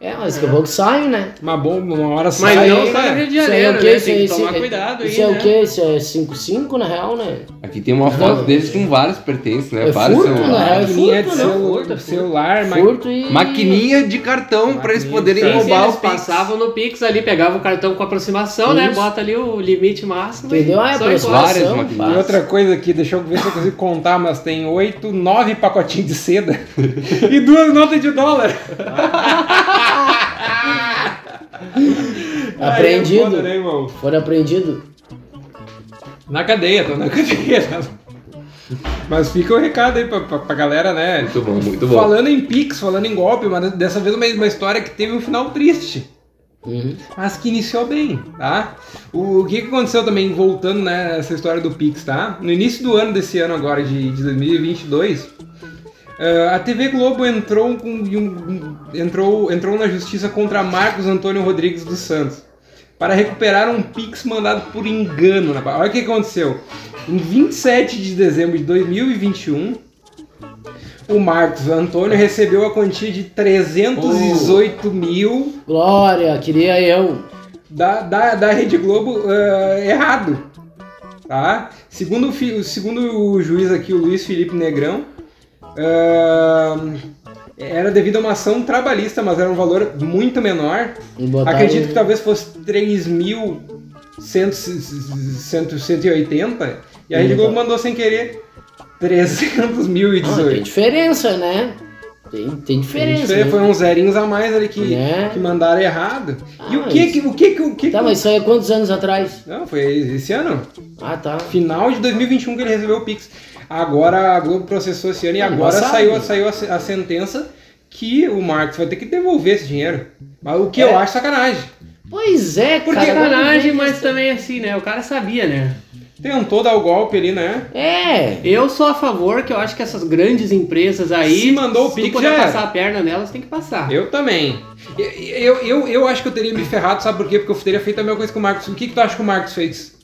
Speaker 5: É, mas daqui a pouco sai, né?
Speaker 4: Uma bomba, uma hora sai.
Speaker 6: Mas não
Speaker 4: né?
Speaker 6: só no Rio de
Speaker 5: Isso aí é
Speaker 6: Janeiro,
Speaker 5: o quê?
Speaker 6: né?
Speaker 5: Isso
Speaker 6: Tem
Speaker 5: aí-
Speaker 6: que
Speaker 5: isso
Speaker 6: tomar
Speaker 5: é-
Speaker 6: cuidado aí,
Speaker 5: Isso é
Speaker 6: né?
Speaker 5: o quê? Isso é 5-5 na real, né?
Speaker 7: Aqui tem uma foto deles com vários pertences, né?
Speaker 5: É
Speaker 7: vários
Speaker 5: furto,
Speaker 7: celulares.
Speaker 5: né?
Speaker 4: Maquininha é de
Speaker 5: Furto, né?
Speaker 4: celu-
Speaker 6: é Furto,
Speaker 4: celular, ma-
Speaker 5: Furto e.
Speaker 7: Maquininha de cartão pra
Speaker 4: Maquininha
Speaker 7: eles
Speaker 4: de
Speaker 7: poderem
Speaker 6: Sim, se
Speaker 7: roubar
Speaker 6: eles
Speaker 7: o Pix.
Speaker 6: passavam no Pix ali, pegava o cartão com aproximação, né?
Speaker 5: Isso.
Speaker 6: Bota ali o limite máximo. e
Speaker 5: Entendeu? Ah, é
Speaker 6: só
Speaker 5: aproximação,
Speaker 6: encosta.
Speaker 7: várias
Speaker 5: pá.
Speaker 7: maquininhas.
Speaker 4: E outra coisa aqui, deixa eu ver se eu consigo contar, mas tem oito, nove pacotinhos de seda e duas notas de dólar. Aí é
Speaker 5: Apreendido.
Speaker 4: foda, né, irmão?
Speaker 5: Foram apreendido.
Speaker 4: Na cadeia, tô na cadeia. Mas fica o recado aí pra, pra, pra galera, né?
Speaker 7: Muito bom, muito bom.
Speaker 4: Falando em Pix, falando em golpe, mas dessa vez uma, uma história que teve um final triste,
Speaker 5: Uhum.
Speaker 4: mas que iniciou bem, tá? O, o que que aconteceu também, voltando né, essa história do Pix, tá? No início do ano, desse ano agora, de, de 2022, eh, a TV Globo entrou, com, em um- entrou, entrou na justiça contra Marcos Antônio Rodrigues dos Santos para recuperar um Pix mandado por engano. Na... Olha o que aconteceu. Em 27 de dezembro de 2021, o Marcos Antônio recebeu a quantia de 318 mil
Speaker 5: Glória, queria eu.
Speaker 4: da, da, da Rede Globo ah, errado. Tá? Segundo, o fi- o- segundo o juiz aqui, o Luiz Felipe Negrão, ah, era devido a uma ação trabalhista, mas era um valor muito menor.
Speaker 5: E botaram-
Speaker 4: Acredito
Speaker 6: tá
Speaker 4: que talvez fosse 3.180 e a Rede Globo mandou sem querer
Speaker 5: Ah, tem
Speaker 4: 300.018.
Speaker 5: diferença, né? Tem, tem diferença.
Speaker 4: Isso aí
Speaker 5: né?
Speaker 6: um
Speaker 4: foi uns zerinhos a mais ali que,
Speaker 5: Né?
Speaker 4: que mandaram errado. E
Speaker 5: Ah,
Speaker 4: o que que o que que o que
Speaker 5: Tá,
Speaker 4: que-
Speaker 5: mas isso aí é quantos anos atrás?
Speaker 4: Não, foi esse ano.
Speaker 5: Ah, tá.
Speaker 4: Final de 2021 que ele recebeu o Pix. Agora a Globo processou esse ano e
Speaker 5: Ah,
Speaker 4: agora
Speaker 5: passado.
Speaker 4: saiu, saiu a, se- a sentença que o Marcos vai ter que devolver esse dinheiro. Mas o que eu
Speaker 5: É.
Speaker 4: acho sacanagem.
Speaker 5: Pois é,
Speaker 4: Por
Speaker 5: cara.
Speaker 4: que
Speaker 5: agora
Speaker 6: Sacanagem,
Speaker 5: eu vou-
Speaker 6: mas também assim, né? O cara sabia, né?
Speaker 4: Tentou dar o golpe ali, né?
Speaker 5: É.
Speaker 6: Eu sou a favor que eu acho que essas grandes empresas aí.
Speaker 4: Se mandou o
Speaker 6: se
Speaker 4: Pix,
Speaker 6: tu puder
Speaker 4: já era.
Speaker 6: passar a perna nelas, tem que passar.
Speaker 4: Eu também. Eu, eu, eu, eu acho que eu teria me ferrado, sabe por quê? Porque eu teria feito a mesma coisa que o Marcos. O que, que tu acha que o Marcos fez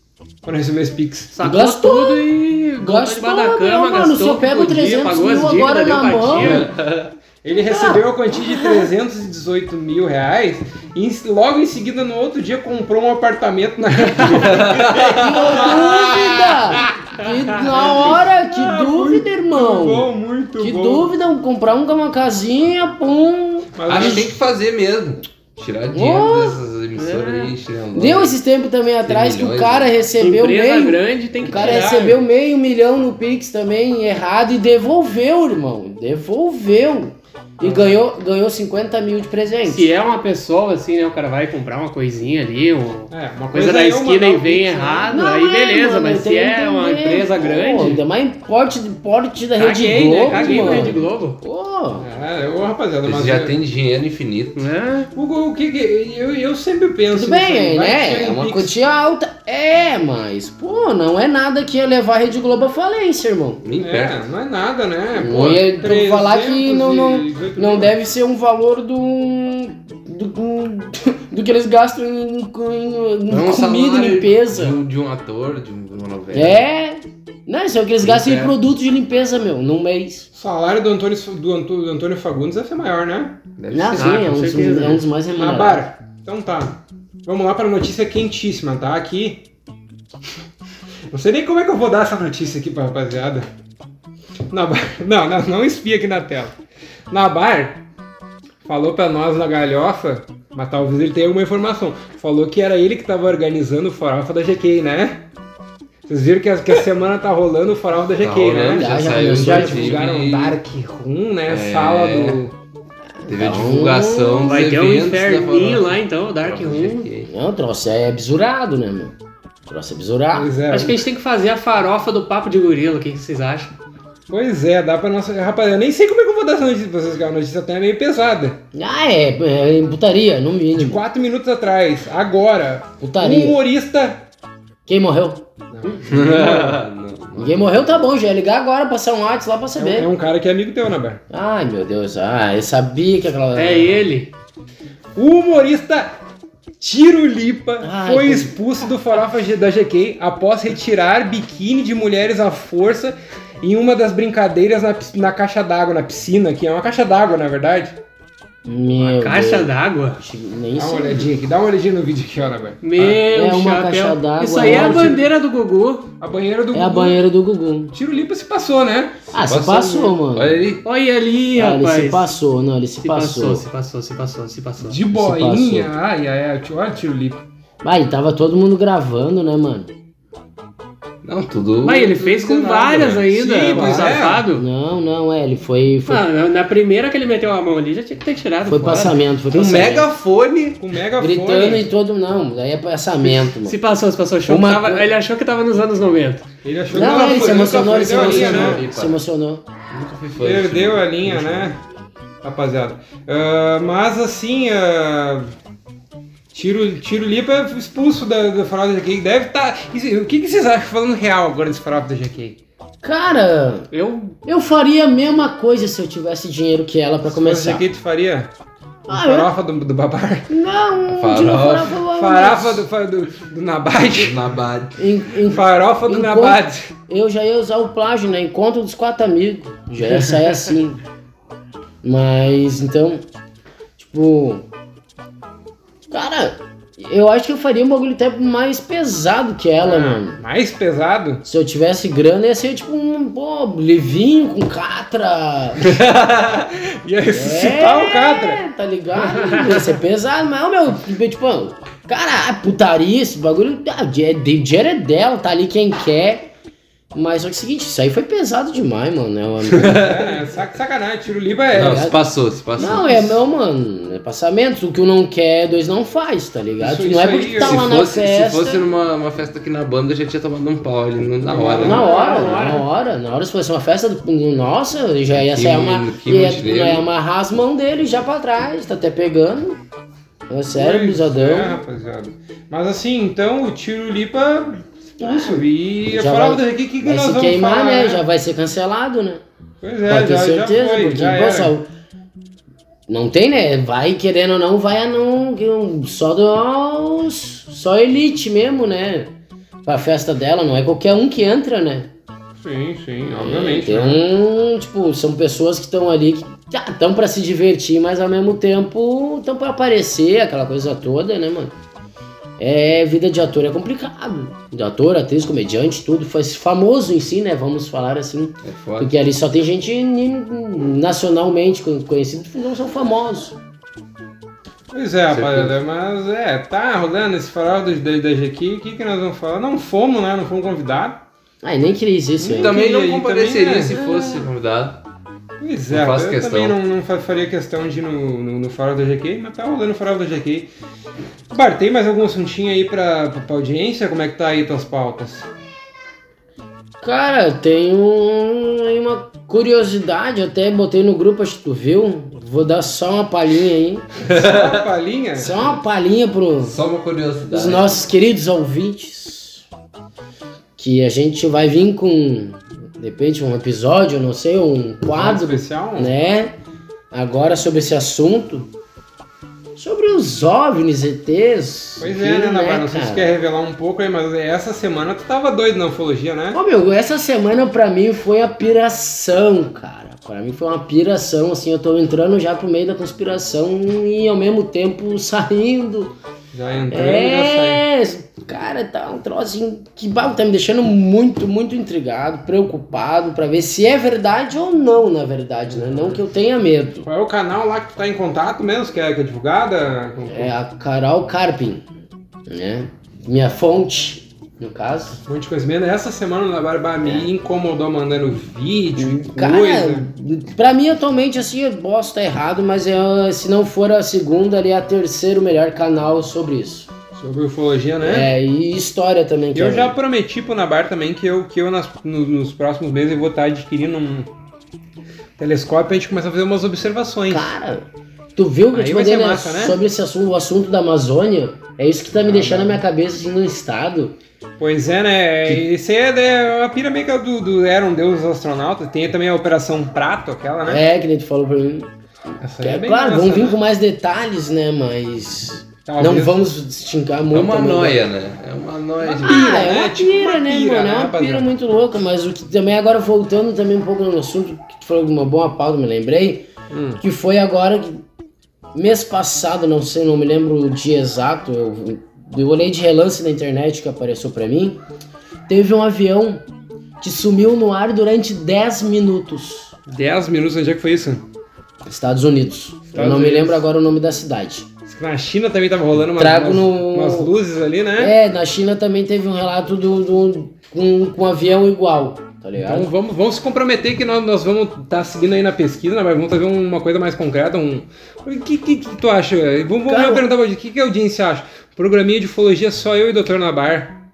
Speaker 4: quando recebeu esse Pix?
Speaker 6: Sacou
Speaker 5: Gastou.
Speaker 6: tudo e botou
Speaker 5: Gastou,
Speaker 6: debaixo da cama,
Speaker 5: meu, mano,
Speaker 6: gastou.
Speaker 5: se eu
Speaker 6: o que
Speaker 5: pego
Speaker 6: podia,
Speaker 5: 300
Speaker 6: pagou as
Speaker 5: mil
Speaker 6: dívidas,
Speaker 5: agora
Speaker 6: deu
Speaker 5: na mão.
Speaker 6: patinha.
Speaker 4: Ele recebeu a quantia de 318 mil reais e em- logo em seguida, no outro dia, comprou um apartamento na
Speaker 5: Que dúvida! Que na hora, que
Speaker 6: Ah,
Speaker 5: dúvida, irmão!
Speaker 4: Muito bom, muito
Speaker 5: que
Speaker 4: bom.
Speaker 5: dúvida, um- comprar um- uma casinha, pum!
Speaker 4: Mas
Speaker 7: Acho que
Speaker 4: acho
Speaker 7: tem que fazer mesmo. Tirar dinheiro
Speaker 5: Oh.
Speaker 7: dessas emissoras
Speaker 6: É.
Speaker 7: aí, um chinelão.
Speaker 5: Deu esses tempos também atrás que o
Speaker 7: milhões,
Speaker 5: cara
Speaker 7: né?
Speaker 5: recebeu
Speaker 6: Empresa
Speaker 5: meio.
Speaker 6: grande tem né? que
Speaker 5: O cara
Speaker 6: tirar.
Speaker 5: recebeu meio milhão no Pix também errado e devolveu, irmão. Devolveu.
Speaker 7: Ah.
Speaker 5: E ganhou, ganhou 50 mil de presente.
Speaker 6: Se é uma pessoa assim, né? O cara vai comprar uma coisinha ali, um-
Speaker 4: É, né?
Speaker 6: uma coisa da esquina e vem errado, aí beleza,
Speaker 5: é, mano,
Speaker 6: mas
Speaker 5: eu
Speaker 6: se
Speaker 5: tenho
Speaker 6: é
Speaker 5: que
Speaker 6: uma
Speaker 5: entender,
Speaker 6: empresa
Speaker 5: pô,
Speaker 6: grande.
Speaker 5: Ainda mais porte, porte da Rede
Speaker 6: Caguei,
Speaker 5: É Globo,
Speaker 6: né? Caguei
Speaker 5: mano.
Speaker 6: pra Rede Globo.
Speaker 5: Pô,
Speaker 4: É, ô, rapaziada,
Speaker 7: Eles
Speaker 4: mas.
Speaker 7: já
Speaker 4: eu-
Speaker 7: tem dinheiro infinito.
Speaker 6: né?
Speaker 4: O, o que que- Eu, eu sempre penso.
Speaker 5: tudo
Speaker 4: nisso aí,
Speaker 5: bem,
Speaker 4: vai que
Speaker 5: né?
Speaker 4: chega
Speaker 5: É
Speaker 4: um
Speaker 5: uma
Speaker 4: Pix.
Speaker 5: quantia alta. É, mas, pô, não é nada que ia levar a Rede Globo à falência, irmão.
Speaker 7: Nem
Speaker 4: É,
Speaker 7: perto.
Speaker 4: não é nada, né?
Speaker 5: Eu ia falar que não- não-
Speaker 4: 308
Speaker 5: Não
Speaker 4: mil.
Speaker 5: deve ser um valor do. do, do, do que eles gastam em, em- em
Speaker 7: Não é um
Speaker 5: comida,
Speaker 7: salário
Speaker 5: limpeza.
Speaker 7: De um, de um ator, de um- de uma novela.
Speaker 5: É. Não, isso é o que eles gastam em
Speaker 7: É.
Speaker 5: produto de limpeza, meu, num mês.
Speaker 4: O salário do Antônio, do, Anto- do Antônio Fagundes deve ser maior, né?
Speaker 7: Deve
Speaker 5: Não,
Speaker 7: ser.
Speaker 5: sim, é
Speaker 6: com
Speaker 5: um, dos,
Speaker 6: certeza,
Speaker 5: é um dos
Speaker 4: Ah,
Speaker 5: mais remunerados.
Speaker 4: Abar, então tá. Vamos lá para notícia quentíssima, tá? Aqui. Não sei nem como é que eu vou dar essa notícia aqui pra rapaziada. Nabar, não, não, não espia aqui na tela. Nabar falou pra nós na galhofa, mas talvez ele tenha alguma informação. Falou que era ele que tava organizando o farofa da GK, né? Vocês viram que a, que a semana tá rolando o farofa da GK, né?
Speaker 7: rolando,
Speaker 5: já saiu,
Speaker 4: já
Speaker 5: inclusive.
Speaker 4: divulgaram um Dark Room, né?
Speaker 7: É.
Speaker 4: Sala do.
Speaker 7: Teve a divulgação dos
Speaker 6: Vai ter um
Speaker 7: eventos né, da
Speaker 6: inferninho
Speaker 7: farofa.
Speaker 6: lá então, o Dark
Speaker 7: Farofa
Speaker 6: Room.
Speaker 7: GK.
Speaker 5: Não, o troço é besurado, né, meu? O troço é besurado.
Speaker 4: Pois é,
Speaker 6: Acho que a gente tem que fazer a farofa do papo de gorila, o que que vocês acham?
Speaker 4: Pois é, dá pra nossa. Rapaz, eu nem sei como é que eu vou dar essa notícia pra vocês, cara. A notícia até é meio pesada.
Speaker 5: Ah, é, é em putaria, no
Speaker 4: De
Speaker 5: mínimo.
Speaker 4: quatro minutos atrás, agora, um
Speaker 5: Putaria.
Speaker 4: humorista.
Speaker 5: Quem morreu?
Speaker 7: Não,
Speaker 5: Ninguém morreu, tá bom, já ia ligar agora, passar um WhatsApp lá
Speaker 4: É
Speaker 5: pra
Speaker 4: um, é
Speaker 5: saber.
Speaker 4: um cara que é amigo teu, né, Bar?
Speaker 5: Ai, meu Deus, ah, eu sabia que aquela.
Speaker 6: É ele.
Speaker 4: O Um humorista Tiro Lipa
Speaker 5: Ai,
Speaker 4: foi
Speaker 5: meu-
Speaker 4: expulso do Farofa G- da GK após retirar biquíni de mulheres à força em uma das brincadeiras na, pis- na caixa d'água, na piscina, que é uma caixa d'água, na verdade.
Speaker 5: Meu
Speaker 6: Caixa
Speaker 5: Deus. Ah,
Speaker 6: d'água.
Speaker 5: Nem
Speaker 4: Dá uma
Speaker 5: sei.
Speaker 4: olhadinha aqui, dá uma olhadinha no vídeo aqui, ó, né, Bar?
Speaker 6: Meu
Speaker 5: É uma
Speaker 6: chapéu.
Speaker 5: caixa d'água,
Speaker 6: Isso aí é a
Speaker 5: ódio.
Speaker 6: bandeira do Gugu.
Speaker 4: A banheira do
Speaker 5: É a
Speaker 4: Gugu.
Speaker 5: banheira do Gugu.
Speaker 4: Tiro Lipa se passou, né?
Speaker 5: Ah, se passou, mano.
Speaker 7: Olha ali.
Speaker 6: Olha ali,
Speaker 5: Ah, ele
Speaker 6: rapaz.
Speaker 5: se passou, não, ele se,
Speaker 6: Se
Speaker 5: passou.
Speaker 6: passou, se passou, se passou, se passou.
Speaker 4: De
Speaker 5: boinha,
Speaker 4: boinha, ai, ai, ai, olha o tiro lipo.
Speaker 5: Ah, e tava todo mundo gravando, né, mano?
Speaker 7: Não, tudo.
Speaker 6: Mas ele fez com
Speaker 7: tudo nada,
Speaker 6: várias
Speaker 7: né?
Speaker 6: ainda,
Speaker 4: Sim,
Speaker 6: o
Speaker 4: pois é.
Speaker 6: safado.
Speaker 5: Não, não, é, ele foi. Foi,
Speaker 6: Ah, na- na primeira que ele meteu a mão ali, já tinha que ter tirado.
Speaker 5: foi
Speaker 6: fora.
Speaker 5: passamento, foi
Speaker 7: Com um
Speaker 5: passamento.
Speaker 7: megafone.
Speaker 4: Com mega
Speaker 5: Gritando e todo. Não, daí é passamento, mano.
Speaker 6: Se passou, se passou. Achou que
Speaker 5: Uma
Speaker 6: tava-
Speaker 5: coisa-
Speaker 6: Ele achou que tava nos anos 90.
Speaker 4: Ele achou que
Speaker 5: Não, é
Speaker 4: ela
Speaker 5: ele
Speaker 4: foi-
Speaker 5: se emocionou,
Speaker 4: nunca
Speaker 5: ele se
Speaker 4: perdeu a linha,
Speaker 5: emocionou.
Speaker 4: né?
Speaker 7: né?
Speaker 5: Se emocionou.
Speaker 7: Nunca fui fã. desse
Speaker 4: Perdeu
Speaker 7: filme.
Speaker 4: a linha, né? Rapaziada. Ah, mas assim, ah, tiro, tiro lipa expulso da, da farofa da GK. Deve estar. O que, que vocês acham falando real agora desse farofa da GK?
Speaker 5: Cara,
Speaker 6: Eu.
Speaker 5: eu faria a mesma coisa se eu tivesse dinheiro que ela
Speaker 4: Farofa
Speaker 5: pra
Speaker 4: da
Speaker 5: começar.
Speaker 4: GK tu faria? Um
Speaker 5: Ah, eu-
Speaker 4: farofa do, do babar?
Speaker 5: Não,
Speaker 7: Farofa.
Speaker 5: de novo, farofa, farofa,
Speaker 4: Farofa do, fa- do, do Nabate?
Speaker 7: Na Bad.
Speaker 5: Em, em-
Speaker 4: Farofa do
Speaker 5: Enquanto-
Speaker 4: Nabate.
Speaker 5: eu já ia usar o plágio, né? Encontro dos quatro amigos. Já ia sair assim. Mas então, tipo. Cara, eu acho que eu faria um bagulho até mais pesado que
Speaker 4: É.
Speaker 5: ela, mano.
Speaker 4: Mais pesado?
Speaker 5: Se eu tivesse grana, ia ser tipo um pô, livinho com catra.
Speaker 4: Ia ressuscitar o Catra.
Speaker 5: É, Tá ligado? Ia ser pesado, mas o meu, tipo, cara, ah, putaria, esse bagulho, ah, o dinheiro é de- dinheiro é dela, tá ali quem quer. Mas só que é o seguinte, isso aí foi pesado demais, mano. né, Eu,
Speaker 4: É, sac- sacanagem, tiro lipa é.
Speaker 7: Não, se passou, se passou.
Speaker 5: não, é meu, mano, é passamento. O que um não quer, dois não faz, tá ligado?
Speaker 4: Isso-
Speaker 5: não é
Speaker 4: isso
Speaker 5: porque
Speaker 4: aí,
Speaker 5: tu tá
Speaker 7: Se
Speaker 5: lá
Speaker 7: fosse,
Speaker 5: na
Speaker 7: se
Speaker 5: festa.
Speaker 7: fosse numa uma festa aqui na banda, eu já tinha tomado um pau ali no- na hora.
Speaker 5: Na hora,
Speaker 6: Na
Speaker 7: né?
Speaker 6: hora.
Speaker 5: na hora, na hora, se fosse uma festa do nossa, já ia
Speaker 7: Que
Speaker 5: sair
Speaker 7: mon-
Speaker 5: uma.
Speaker 7: que
Speaker 5: Ia,
Speaker 7: monte
Speaker 5: ia
Speaker 7: dele.
Speaker 5: amarrar as mãos dele já pra trás, tá até pegando. É sério,
Speaker 4: Pois É,
Speaker 5: brisadão.
Speaker 4: rapaziada. Mas assim, então o tiro lipa expulso. E a
Speaker 5: Já
Speaker 4: palavra
Speaker 5: vai-
Speaker 4: daqui que, que
Speaker 5: Vai
Speaker 4: nós
Speaker 5: se
Speaker 4: vamos
Speaker 5: queimar,
Speaker 4: falar,
Speaker 5: né? Já vai ser cancelado, né?
Speaker 4: Pois
Speaker 5: Pode
Speaker 4: é,
Speaker 5: ter
Speaker 4: já,
Speaker 5: certeza,
Speaker 4: já foi,
Speaker 5: porque,
Speaker 4: já
Speaker 5: pô,
Speaker 4: era.
Speaker 5: saúde. Não tem, né? Vai querendo ou não, vai a não. que um- Só do. Só elite mesmo, né? Pra festa dela, não é qualquer um que entra, né?
Speaker 4: Sim, sim,
Speaker 5: É,
Speaker 4: obviamente.
Speaker 5: Tem
Speaker 4: né?
Speaker 5: um, tipo, são pessoas que estão ali que estão pra se divertir, mas ao mesmo tempo estão pra aparecer, aquela coisa toda, né, mano? É, vida de ator é complicado. De ator, atriz, comediante, tudo faz famoso em si, né? Vamos falar assim.
Speaker 7: É foda.
Speaker 5: Porque ali só tem gente ni- nacionalmente con- conhecida que não são famosos.
Speaker 4: Pois é, rapaziada. Mas é, tá rolando esse farol do- da, da GQ. O que, que nós vamos falar? Não fomos, né? Não fomos convidados.
Speaker 5: Ai, nem queria isso.
Speaker 4: Então-
Speaker 5: Então,
Speaker 7: Também
Speaker 4: E
Speaker 7: não
Speaker 4: aí,
Speaker 7: compareceria
Speaker 4: também, né?
Speaker 7: se fosse convidado.
Speaker 4: Pois
Speaker 7: Não
Speaker 4: é,
Speaker 7: faço
Speaker 4: eu
Speaker 7: questão.
Speaker 4: também não, não fa- faria questão de ir no, no, no Farol da GQ, mas tá rolando o Farol da GQ. Bart, tem mais algum assuntinho aí pra, pra, pra audiência? Como é que tá aí tuas pautas?
Speaker 5: Cara, tem um- aí uma curiosidade, até botei no grupo, acho que tu viu. Vou dar só uma palhinha aí.
Speaker 4: Só uma palhinha?
Speaker 5: Só é um uma palhinha pros
Speaker 7: Só uma curiosidade.
Speaker 5: os nossos queridos ouvintes. Que a gente vai vir com, de repente, um episódio, não sei, um quadro,
Speaker 4: especial?
Speaker 5: né? Agora sobre esse assunto. Sobre os OVNIs ETs.
Speaker 4: Pois é, né,
Speaker 5: que,
Speaker 4: Navarro? Não sei se
Speaker 5: cara?
Speaker 4: tu quer revelar um pouco aí, mas essa semana tu tava doido na ufologia, né?
Speaker 5: Ô meu, essa semana pra mim foi a piração, cara. Pra mim foi uma piração, assim, eu tô entrando já pro meio da conspiração e ao mesmo tempo saindo.
Speaker 4: Já entrando, já saindo.
Speaker 5: É, cara, tá um troço assim, que bah, tá me deixando muito, muito intrigado, preocupado pra ver se é verdade ou não, na verdade, né? Não que eu tenha medo.
Speaker 4: Qual é o canal lá que tu tá em contato mesmo? Que é, que é divulgada?
Speaker 5: É a Carol Carpin, né? Minha fonte, no caso.
Speaker 4: Um monte de conhecimento. Essa semana o Navarro me incomodou mandando vídeo e
Speaker 5: É. Cara,
Speaker 4: coisa.
Speaker 5: pra mim atualmente assim, eu posso estar errado, mas é, se não for a segunda, ali é a terceiro melhor canal sobre isso.
Speaker 4: Sobre ufologia, né?
Speaker 5: É, e história também. é
Speaker 4: Eu
Speaker 5: cara.
Speaker 4: já prometi pro Nabar também que eu, que eu nas- no- nos próximos meses eu vou estar adquirindo um telescópio e a gente começa a fazer umas observações.
Speaker 5: Cara, tu viu que eu
Speaker 4: Aí
Speaker 5: te
Speaker 4: vai
Speaker 5: mandei
Speaker 4: ser
Speaker 5: né,
Speaker 4: massa, né? Ah,
Speaker 5: sobre esse assunto, o assunto da Amazônia? É isso que tá me deixando na minha cabeça assim, no estado.
Speaker 4: Pois é, né? Esse é né, a pirâmide do, do Eram Deus dos Astronautas. Tem também a Operação Prato, aquela, né?
Speaker 5: É, que nem tu falou pra mim.
Speaker 4: Essa aí
Speaker 5: É,
Speaker 4: bem
Speaker 5: claro,
Speaker 4: massa,
Speaker 5: vamos vir
Speaker 4: né? Tá,
Speaker 5: com mais detalhes, né? Mas.
Speaker 4: Talvez-
Speaker 5: Não vamos distinguir muito.
Speaker 7: É uma
Speaker 5: também, né?
Speaker 7: noia, né? É uma noia de.
Speaker 5: Ah, é
Speaker 4: né?
Speaker 5: uma
Speaker 4: Tipo
Speaker 5: pira,
Speaker 4: uma
Speaker 5: né,
Speaker 4: pira,
Speaker 5: mano?
Speaker 4: né,
Speaker 5: É uma
Speaker 4: rapaziada?
Speaker 5: pira muito louca, mas o que também agora voltando também um pouco no assunto, que tu falou de uma boa pauta, me lembrei,
Speaker 4: Hum.
Speaker 5: que foi agora que mês passado, não sei, não me lembro o dia exato, eu, eu olhei de relance na internet que apareceu pra mim, teve um avião que sumiu no ar durante 10 minutos.
Speaker 4: 10 minutos, onde é que foi isso?
Speaker 5: Estados Unidos. eu
Speaker 4: Estados
Speaker 5: não me
Speaker 4: Unidos.
Speaker 5: lembro agora o nome da cidade.
Speaker 4: Diz que Na China também tava rolando umas,
Speaker 5: Trago
Speaker 4: umas,
Speaker 5: no-
Speaker 4: umas luzes ali, né?
Speaker 5: É, na China também teve um relato do, do- com, com um avião igual, tá ligado?
Speaker 4: Então vamos, vamos se comprometer que nós, nós vamos estar seguindo aí na pesquisa, né? mas vamos fazer uma coisa mais concreta. Um... O que, que, que tu acha? Vamos, vamos
Speaker 5: Cara,
Speaker 4: eu perguntar pra audiência. O que, que a audiência acha? Programinha de ufologia só eu e o Dr. Nabar.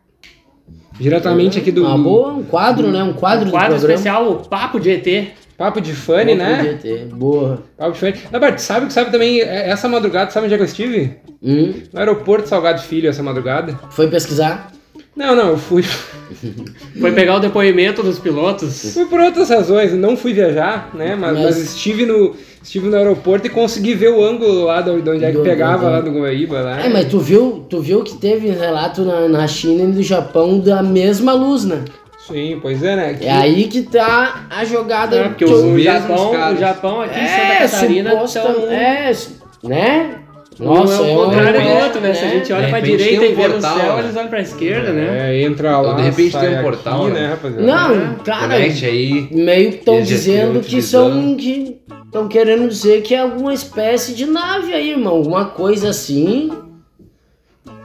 Speaker 4: Diretamente aqui do
Speaker 5: Uma
Speaker 7: Hum.
Speaker 4: do
Speaker 5: boa, um quadro, né? Um quadro,
Speaker 6: Um quadro
Speaker 5: do programa.
Speaker 6: especial, o Papo de ET.
Speaker 4: Papo de Funny, né?
Speaker 5: GT. Boa.
Speaker 4: Papo de Funny. Nabar, tu sabe, tu sabe também, é, essa madrugada, sabe onde é que eu estive?
Speaker 5: Hum,
Speaker 4: No aeroporto Salgado Filho essa madrugada.
Speaker 5: foi pesquisar?
Speaker 4: Não, não, eu fui,
Speaker 6: Foi pegar o depoimento dos pilotos.
Speaker 4: fui por outras razões, não fui viajar, né? Mas,
Speaker 5: Uhum. Mas-
Speaker 4: mas estive, no, estive no aeroporto e consegui ver o ângulo lá de onde é que
Speaker 5: Do- do-
Speaker 4: pegava
Speaker 5: do-
Speaker 4: lá do Guaíba. né? Lá.
Speaker 5: É, mas tu viu, tu viu que teve relato na, na China e no Japão da mesma luz, né?
Speaker 4: Sim, pois é, né? Que-
Speaker 5: É aí que tá a jogada.
Speaker 6: né? Porque
Speaker 5: que
Speaker 6: o
Speaker 7: mesmos
Speaker 6: Japão,
Speaker 7: caras.
Speaker 6: o Japão aqui em Santa
Speaker 5: é,
Speaker 6: Catarina
Speaker 5: suposta,
Speaker 6: estão.
Speaker 5: é, su- né?
Speaker 6: Nossa,
Speaker 5: Nossa,
Speaker 6: é
Speaker 5: é
Speaker 6: o contrário do
Speaker 5: é,
Speaker 6: outro, né? Se a gente olha
Speaker 7: De
Speaker 6: pra
Speaker 7: repente
Speaker 6: direita
Speaker 7: tem um
Speaker 6: e vê no
Speaker 7: portal,
Speaker 6: céu,
Speaker 7: né?
Speaker 6: eles olham pra esquerda, né?
Speaker 4: É, entra lá.
Speaker 7: de repente tem um
Speaker 4: sai
Speaker 7: portal,
Speaker 4: aqui,
Speaker 7: né?
Speaker 4: né, rapaziada?
Speaker 5: Não,
Speaker 6: Ah.
Speaker 5: cara,
Speaker 7: Conecte aí.
Speaker 5: meio que estão
Speaker 7: é Eles já
Speaker 5: dizendo
Speaker 7: estão
Speaker 5: que são
Speaker 7: utilizando.
Speaker 5: que estão querendo dizer que é alguma espécie de nave aí, irmão, alguma coisa assim.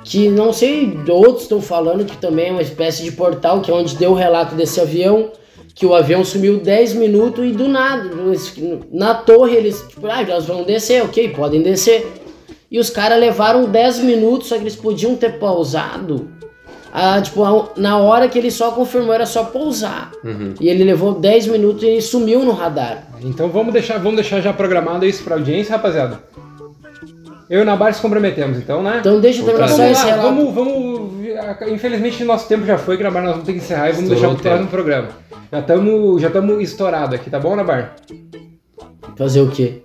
Speaker 5: Que não sei, outros estão falando que também é uma espécie de portal, que é onde deu o relato desse avião, que o avião sumiu 10 minutos e do nada, no- na torre eles, tipo, ah, elas vão descer, ok, podem descer. E os caras levaram 10 minutos, só que eles podiam ter pausado. Ah, tipo, a- na hora que ele só confirmou era só pousar.
Speaker 4: Uhum.
Speaker 5: E ele levou 10 minutos e ele sumiu no radar.
Speaker 4: Então vamos deixar, vamos deixar já programado isso pra audiência, rapaziada. Eu e o Nabar se comprometemos, então, né?
Speaker 5: Então deixa eu terminar
Speaker 4: vamos
Speaker 5: só
Speaker 4: lá,
Speaker 5: esse relato.
Speaker 4: vamos, vamos. Infelizmente nosso tempo já foi, Nabar, nós vamos ter que encerrar e vamos
Speaker 7: Estourou o
Speaker 4: deixar pro próximo programa. Já estamos já tamo estourado aqui, tá bom, Nabar?
Speaker 5: Fazer o quê?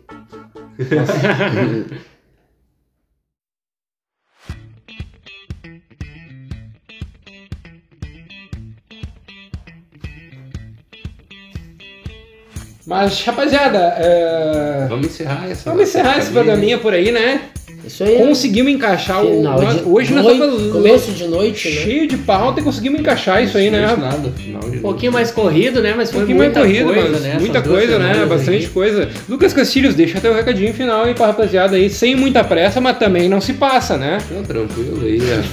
Speaker 4: Mas, rapaziada, é,
Speaker 7: Vamos encerrar essa.
Speaker 4: vamos encerrar esse programinha por aí, né?
Speaker 5: Isso aí. né?
Speaker 4: Conseguimos encaixar o.
Speaker 5: Final
Speaker 4: nós-
Speaker 5: de
Speaker 4: hoje nós
Speaker 5: noite,
Speaker 4: estamos
Speaker 5: começo de noite, né?
Speaker 4: cheio de pauta e conseguimos encaixar isso aí, né?
Speaker 7: Não nada, final de
Speaker 6: Um pouquinho mais corrido, né? Mas
Speaker 4: Um
Speaker 6: foi
Speaker 4: pouquinho mais
Speaker 6: muita
Speaker 4: corrido,
Speaker 6: coisa,
Speaker 4: mas
Speaker 6: né? Essas
Speaker 4: muita
Speaker 6: duas
Speaker 4: coisa, né?
Speaker 6: semanas
Speaker 4: Bastante
Speaker 6: aí.
Speaker 4: coisa. Lucas Castilhos, deixa até o recadinho final aí pra rapaziada aí, sem muita pressa, mas também não se passa, né?
Speaker 7: Não, tranquilo aí. né?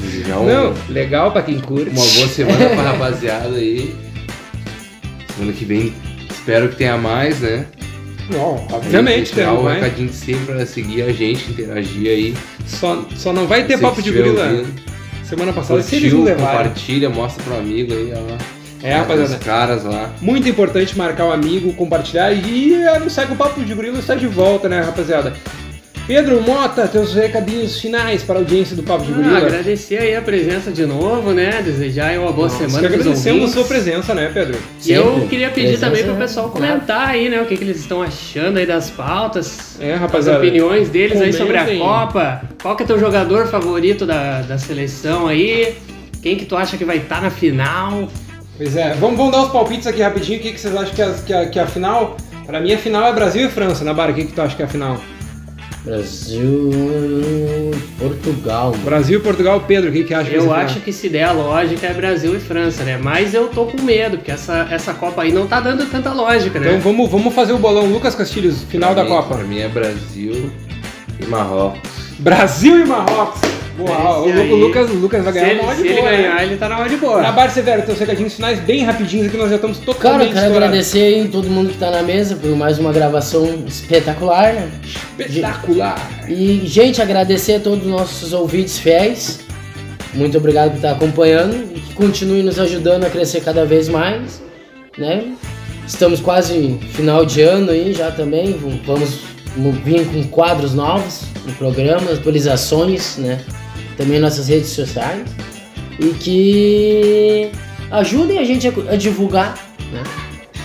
Speaker 7: Desejar
Speaker 6: Então,
Speaker 7: um-
Speaker 4: Não, legal pra quem curte.
Speaker 7: uma boa semana pra rapaziada aí. Semana que vem espero que tenha mais, né?
Speaker 4: Não, obviamente, né,
Speaker 7: Deixar
Speaker 4: cara,
Speaker 7: o
Speaker 4: vai.
Speaker 7: recadinho de sempre pra seguir a gente, interagir aí.
Speaker 4: Só, só não vai ter
Speaker 7: Se
Speaker 4: papo de
Speaker 7: estiver
Speaker 4: gorila.
Speaker 7: ouvindo,
Speaker 4: Semana passada, se eles não
Speaker 7: Curtiu,
Speaker 4: levaram.
Speaker 7: compartilha, mostra pro amigo aí, ó. lá.
Speaker 4: É,
Speaker 7: Os
Speaker 4: rapaziada.
Speaker 7: caras lá.
Speaker 4: Muito importante marcar o amigo, compartilhar e é, não sai com o Papo de Gorila está de volta, né, rapaziada? Pedro Mota, teus recadinhos finais para a audiência do Papo de
Speaker 6: Ah,
Speaker 4: Gorila.
Speaker 6: agradecer aí a presença de novo, né? Desejar aí uma boa
Speaker 4: Nós
Speaker 6: semana
Speaker 4: que
Speaker 6: pros
Speaker 4: agradecemos a
Speaker 6: ouvintes.
Speaker 4: sua presença, né, Pedro?
Speaker 6: E eu
Speaker 5: Sempre.
Speaker 6: queria pedir
Speaker 5: Presença
Speaker 6: também pro
Speaker 5: é
Speaker 6: pessoal
Speaker 5: claro.
Speaker 6: comentar aí, né? O que, que eles estão achando aí das pautas.
Speaker 4: É,
Speaker 6: As
Speaker 4: rapaziada.
Speaker 6: opiniões deles aí sobre a
Speaker 4: Comentem.
Speaker 6: Copa. Qual que é teu jogador favorito da, da seleção aí? Quem que tu acha que vai estar na final?
Speaker 4: Pois é, vamos, vamos dar os palpites aqui rapidinho. O que, que vocês acham que a, que a, que a final? Para mim, a final é Brasil e França, né, Bara? O que, que tu acha que é a final?
Speaker 5: Brasil. Portugal. mano.
Speaker 4: Brasil e Portugal, Pedro, o que, que acha que vai ser
Speaker 6: Eu
Speaker 4: a final?
Speaker 6: acho que se der a lógica é Brasil e França, né? Mas eu tô com medo, porque essa, essa Copa aí não tá dando tanta lógica, né?
Speaker 4: Então vamos, vamos fazer o bolão Lucas Castilhos, final
Speaker 7: Pra
Speaker 4: da
Speaker 7: mim-
Speaker 4: Copa.
Speaker 7: Pra mim é Brasil e Marrocos.
Speaker 4: Brasil e Marrocos. Boa, o,
Speaker 6: Esse
Speaker 4: Lu-
Speaker 6: aí.
Speaker 4: o Lucas, o Lucas vai
Speaker 6: se
Speaker 4: ganhar
Speaker 6: ele,
Speaker 4: uma hora de
Speaker 6: se ele
Speaker 4: boa, né?
Speaker 6: ganhar, ele tá na hora de boa.
Speaker 4: Na Bar Severo, então, teus recadinhos finais bem rapidinhos aqui, nós já estamos
Speaker 5: Cara,
Speaker 4: totalmente
Speaker 5: eu quero
Speaker 4: estourados.
Speaker 5: agradecer aí todo mundo que tá na mesa por mais uma gravação espetacular, né?
Speaker 4: tá. Espetacular.
Speaker 5: E, gente, agradecer a todos os nossos ouvintes fiéis. Muito obrigado por estar acompanhando e que continue nos ajudando a crescer cada vez mais, né? Estamos quase final de ano aí já também, v- vamos vir com quadros novos no programa, atualizações, né? Também nossas redes sociais e que ajudem a gente a, a divulgar, né?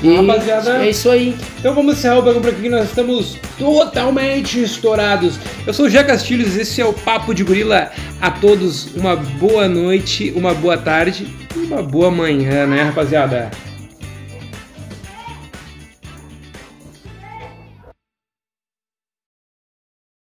Speaker 5: E
Speaker 4: Rapaziada-
Speaker 5: é isso aí.
Speaker 4: Então vamos encerrar o bagulho por aqui, nós estamos totalmente estourados. Eu sou o Jean Castilhos, esse é o Papo de Gorila. A todos uma boa noite, uma boa tarde e uma boa manhã, né, rapaziada?